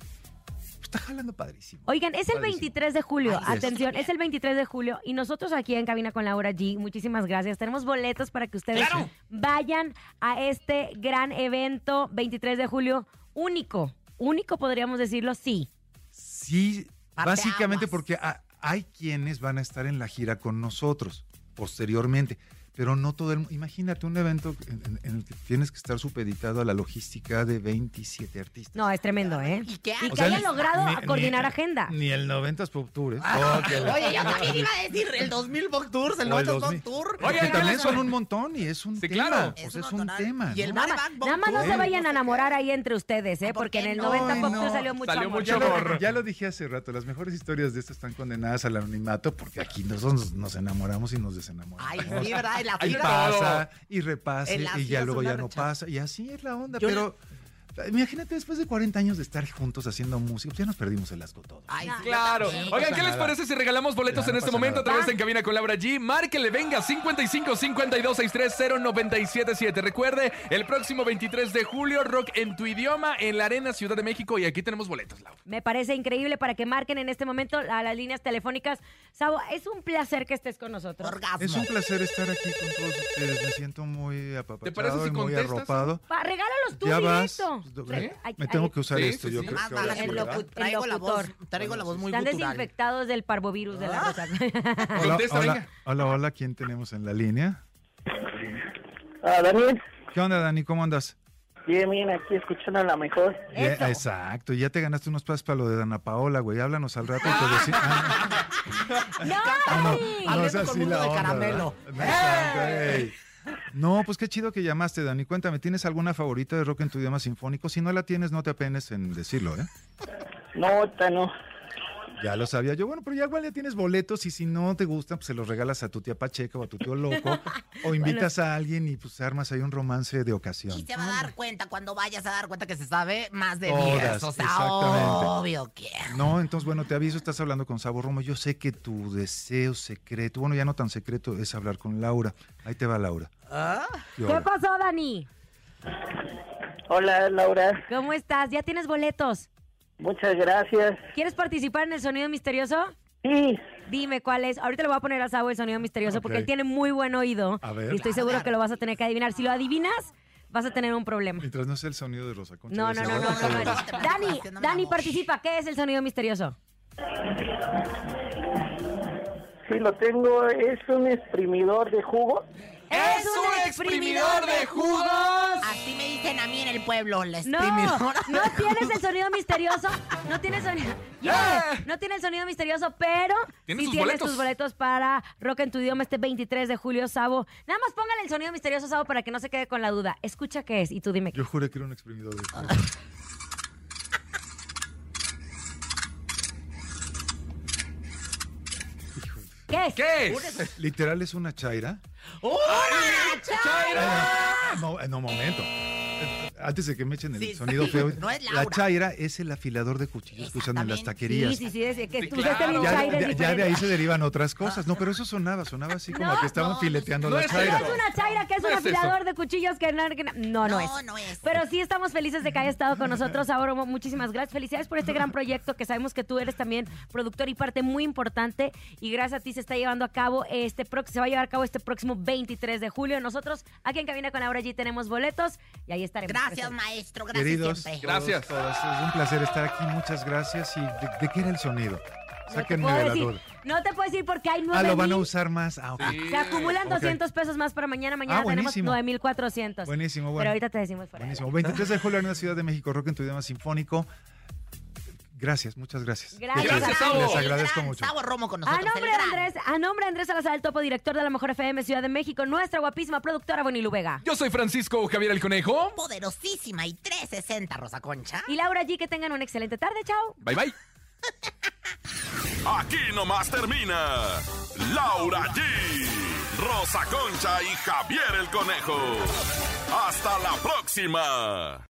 Speaker 12: está jalando padrísimo.
Speaker 3: Oigan, es el
Speaker 12: Padrísimo.
Speaker 3: 23 de julio.
Speaker 12: Así es.
Speaker 3: Atención, es el 23 de julio. Y nosotros aquí en Cabina con Laura G, muchísimas gracias. Tenemos boletos para que ustedes vayan a este gran evento 23 de julio. Único, único podríamos decirlo, sí.
Speaker 12: Sí, básicamente porque a- hay quienes van a estar en la gira con nosotros posteriormente, pero no todo el mundo. Imagínate un evento en, en- en el que tienes que estar supeditado a la logística de 27 artistas.
Speaker 3: No, es tremendo, ¿eh? Y que,
Speaker 12: O sea,
Speaker 3: haya
Speaker 12: ni-
Speaker 3: logrado
Speaker 12: ni-
Speaker 3: coordinar
Speaker 12: ni-
Speaker 3: agenda.
Speaker 12: Ni el 90 Pop Tour, ¿eh? Oh, que la-
Speaker 4: Oye, yo también iba a decir el 2000 Box Tours, el
Speaker 12: O el
Speaker 4: 9000
Speaker 12: 2000.
Speaker 4: Box Tour.
Speaker 12: Porque también son un montón y es un tema.
Speaker 5: claro.
Speaker 12: O sea, es un tema.
Speaker 4: Y el
Speaker 12: ¿no?
Speaker 3: Nada, más- nada más no se vayan a enamorar ahí entre ustedes, ¿eh? Porque en el 90 Pop Tour salió mucho amor.
Speaker 12: Ya lo- Ya lo dije hace rato, las mejores historias de esto están condenadas al anonimato porque aquí nosotros nos enamoramos y nos desenamoramos.
Speaker 4: Ay, sí, ¿verdad? En la
Speaker 12: y
Speaker 4: fila-
Speaker 12: pasa y
Speaker 4: En
Speaker 12: repase
Speaker 4: la
Speaker 12: y
Speaker 4: fila
Speaker 12: ya luego
Speaker 4: es una
Speaker 12: ya no
Speaker 4: rachada.
Speaker 12: pasa y así es la onda,
Speaker 4: Yo
Speaker 12: pero imagínate después de 40 años de estar juntos haciendo música, pues ya nos perdimos el asco todo.
Speaker 5: Ah,
Speaker 4: Ay, sí,
Speaker 5: Claro.
Speaker 4: yo también.
Speaker 5: Oigan, ¿qué les parece si regalamos boletos
Speaker 12: Ya, no
Speaker 5: en este
Speaker 12: pasa
Speaker 5: momento
Speaker 12: nada.
Speaker 5: a través de En Cabina con Laura G? Márquele, venga, 55 52 630 977. Recuerde, el próximo 23 de julio, rock en tu idioma en la Arena Ciudad de México. Y aquí tenemos boletos, Laura.
Speaker 3: Me parece increíble para que marquen en este momento a las líneas telefónicas. Sabo, es un placer que estés con nosotros.
Speaker 12: Es un placer estar aquí con todos ustedes, me siento muy apapachado
Speaker 5: si
Speaker 12: y muy
Speaker 5: contestas?
Speaker 12: arropado.
Speaker 3: Pa- regálalos tú
Speaker 12: Ya vas.
Speaker 3: directo.
Speaker 12: Pues, do-
Speaker 3: Re- ay-
Speaker 12: Me
Speaker 3: ay-
Speaker 12: tengo que usar
Speaker 5: Sí,
Speaker 12: esto,
Speaker 5: sí,
Speaker 12: yo
Speaker 5: sí.
Speaker 12: creo
Speaker 4: Más
Speaker 12: que
Speaker 4: baja
Speaker 12: ahora
Speaker 4: el
Speaker 12: sí,
Speaker 4: locu-
Speaker 12: ¿verdad?
Speaker 4: Traigo la voz,
Speaker 3: locutor.
Speaker 4: traigo la voz muy
Speaker 3: Están
Speaker 4: gutural. Ah.
Speaker 3: desinfectados del parvovirus de la rosa.
Speaker 12: Hola,
Speaker 5: Contesta,
Speaker 12: hola,
Speaker 5: venga.
Speaker 12: hola, hola, ¿quién tenemos en la línea?
Speaker 13: Ah, Dani,
Speaker 12: ¿Qué onda, Dani? ¿Cómo andas?
Speaker 13: bien, bien, aquí escuchando la mejor.
Speaker 12: Ya- exacto, ya te ganaste unos pasos para lo de Dana Paola, güey. Háblanos al rato y te decimos.
Speaker 3: ¡No!
Speaker 12: Ah. no,
Speaker 4: Hablando
Speaker 12: es así
Speaker 4: con mundo
Speaker 12: la
Speaker 4: de
Speaker 12: onda,
Speaker 4: caramelo.
Speaker 12: ¿verdad? Exacto, ey. No, pues qué chido que llamaste, Dani. Cuéntame, ¿tienes alguna favorita de rock en tu idioma sinfónico? Si no la tienes, no te apenes en decirlo, ¿eh?
Speaker 13: No, ahorita no.
Speaker 12: Ya lo sabía yo. Bueno, pero ya igual ya tienes boletos y si no te gustan, pues se los regalas a tu tía Pacheca o a tu tío loco o invitas a alguien y pues armas ahí un romance de
Speaker 4: Y
Speaker 12: ocasión.
Speaker 4: se va a dar cuenta, cuando vayas a dar cuenta que se sabe más de
Speaker 12: Todas,
Speaker 4: 10. O sea,
Speaker 12: exactamente.
Speaker 4: obvio que.
Speaker 12: No, entonces bueno, te aviso, estás hablando con Sabo Romo. Yo sé que tu deseo secreto, bueno, ya no tan secreto, es hablar con Laura. Ahí te va Laura. ¿Qué
Speaker 3: ¿Qué
Speaker 12: hora?
Speaker 3: pasó, Dani?
Speaker 13: Hola, Laura.
Speaker 3: ¿Cómo estás? ¿Ya tienes boletos?
Speaker 13: Muchas gracias.
Speaker 3: ¿Quieres participar en el sonido misterioso?
Speaker 13: Sí.
Speaker 3: Dime cuál es. Ahorita le voy a poner a Sabo el sonido misterioso porque
Speaker 12: Ok.
Speaker 3: él tiene muy buen oído.
Speaker 12: A ver.
Speaker 3: Y estoy seguro que lo vas a tener que adivinar. Si lo adivinas, vas a tener un problema.
Speaker 12: Mientras no sea el sonido de Rosa Concha.
Speaker 3: No,
Speaker 12: de
Speaker 3: no, no, no,
Speaker 12: Sabo,
Speaker 3: no, no,
Speaker 12: todo bien.
Speaker 3: no. Dani, Dani, participa. ¿Qué es el sonido misterioso?
Speaker 13: Sí, lo tengo. Es un exprimidor de jugo.
Speaker 3: ¡Es
Speaker 5: un exprimidor de jugos!
Speaker 4: Así me dicen a mí en el pueblo, la
Speaker 3: No,
Speaker 4: exprimidora.
Speaker 3: no tienes el sonido misterioso. No tienes sonido.
Speaker 5: ¡Ah!
Speaker 3: Yeah, No tiene el sonido misterioso, pero
Speaker 5: Tiene
Speaker 3: sí
Speaker 5: sus
Speaker 3: tienes
Speaker 5: boletos.
Speaker 3: tus boletos para Rock en tu idioma este 23 de julio, Sabo. Nada más póngale el sonido misterioso, Sabo, para que no se quede con la duda. Escucha qué es y tú dime qué.
Speaker 12: Yo juré que era un exprimidor de jugo.
Speaker 3: ¿Qué es?
Speaker 5: ¿Qué es?
Speaker 12: Literal es una chaira.
Speaker 4: ¡Hola,
Speaker 5: ¡Chaira!
Speaker 12: No, eh, no, momento. Eh, Antes de que me echen el
Speaker 4: Sí,
Speaker 12: sonido
Speaker 4: sí,
Speaker 12: feo,
Speaker 4: no es Laura.
Speaker 12: la chaira es el afilador de cuchillos que usan en las taquerías.
Speaker 3: Sí, sí, sí, es que
Speaker 5: Sí,
Speaker 3: tú
Speaker 5: claro.
Speaker 3: usaste bien
Speaker 12: Ya,
Speaker 3: chaira, es
Speaker 12: de- ya de
Speaker 3: diferente.
Speaker 12: ahí se derivan otras cosas. No, pero eso sonaba, sonaba así como
Speaker 3: No,
Speaker 12: que estaban
Speaker 4: no,
Speaker 12: fileteando
Speaker 5: no
Speaker 12: la
Speaker 5: es
Speaker 12: chaira.
Speaker 5: eso.
Speaker 3: Es una chaira que es
Speaker 5: No
Speaker 3: un
Speaker 5: es eso.
Speaker 3: afilador de cuchillos que no, que no- no, no es.
Speaker 4: no es.
Speaker 3: Pero sí estamos felices de que haya estado con nosotros, Saboromo. Muchísimas gracias. Felicidades por este gran proyecto que sabemos que tú eres también productor y parte muy importante. Y gracias a ti se está llevando a cabo este pro- se va a llevar a cabo este próximo 23 de julio. Nosotros aquí en Cabina con Laura allí tenemos boletos y ahí estaremos.
Speaker 4: Gracias,
Speaker 3: presentes.
Speaker 4: maestro. Gracias
Speaker 12: Queridos,
Speaker 4: siempre.
Speaker 5: Gracias.
Speaker 12: todos, todos, es un placer estar aquí. Muchas gracias. ¿Y de, de qué era el sonido?
Speaker 3: No te,
Speaker 12: Sáquenme
Speaker 3: puedo
Speaker 12: de la
Speaker 3: decir,
Speaker 12: duda.
Speaker 3: no te puedo decir porque hay
Speaker 12: Ah,
Speaker 3: 9
Speaker 12: lo van a usar más. Ah, ok.
Speaker 5: Sí.
Speaker 3: Se acumulan
Speaker 12: Ok.
Speaker 3: 200 pesos más para mañana. Mañana
Speaker 12: Ah,
Speaker 3: tenemos
Speaker 12: buenísimo.
Speaker 3: 9,400.
Speaker 12: Buenísimo,
Speaker 3: Pero
Speaker 12: bueno.
Speaker 3: ahorita te decimos fuera. del
Speaker 12: Buenísimo. 23 de julio en la Ciudad de México, Rock en tu idioma sinfónico. Gracias, muchas gracias.
Speaker 3: Gracias,
Speaker 5: Gracias, Sabo.
Speaker 12: Les
Speaker 4: El
Speaker 12: agradezco
Speaker 4: gran
Speaker 12: mucho.
Speaker 4: Sabo Romo con
Speaker 3: A
Speaker 4: nosotros. el
Speaker 3: nombre, de
Speaker 4: gran.
Speaker 3: Andrés, a nombre de Andrés Salazar, el topo director de la Mejor FM Ciudad de México, nuestra guapísima productora Bonilu Vega.
Speaker 5: Yo soy Francisco Javier el Conejo.
Speaker 4: Poderosísima y 360, Rosa Concha.
Speaker 3: Y Laura G, que tengan una excelente tarde. Chao.
Speaker 5: Bye, bye.
Speaker 6: Aquí nomás termina Laura G, Rosa Concha y Javier el Conejo. Hasta la próxima.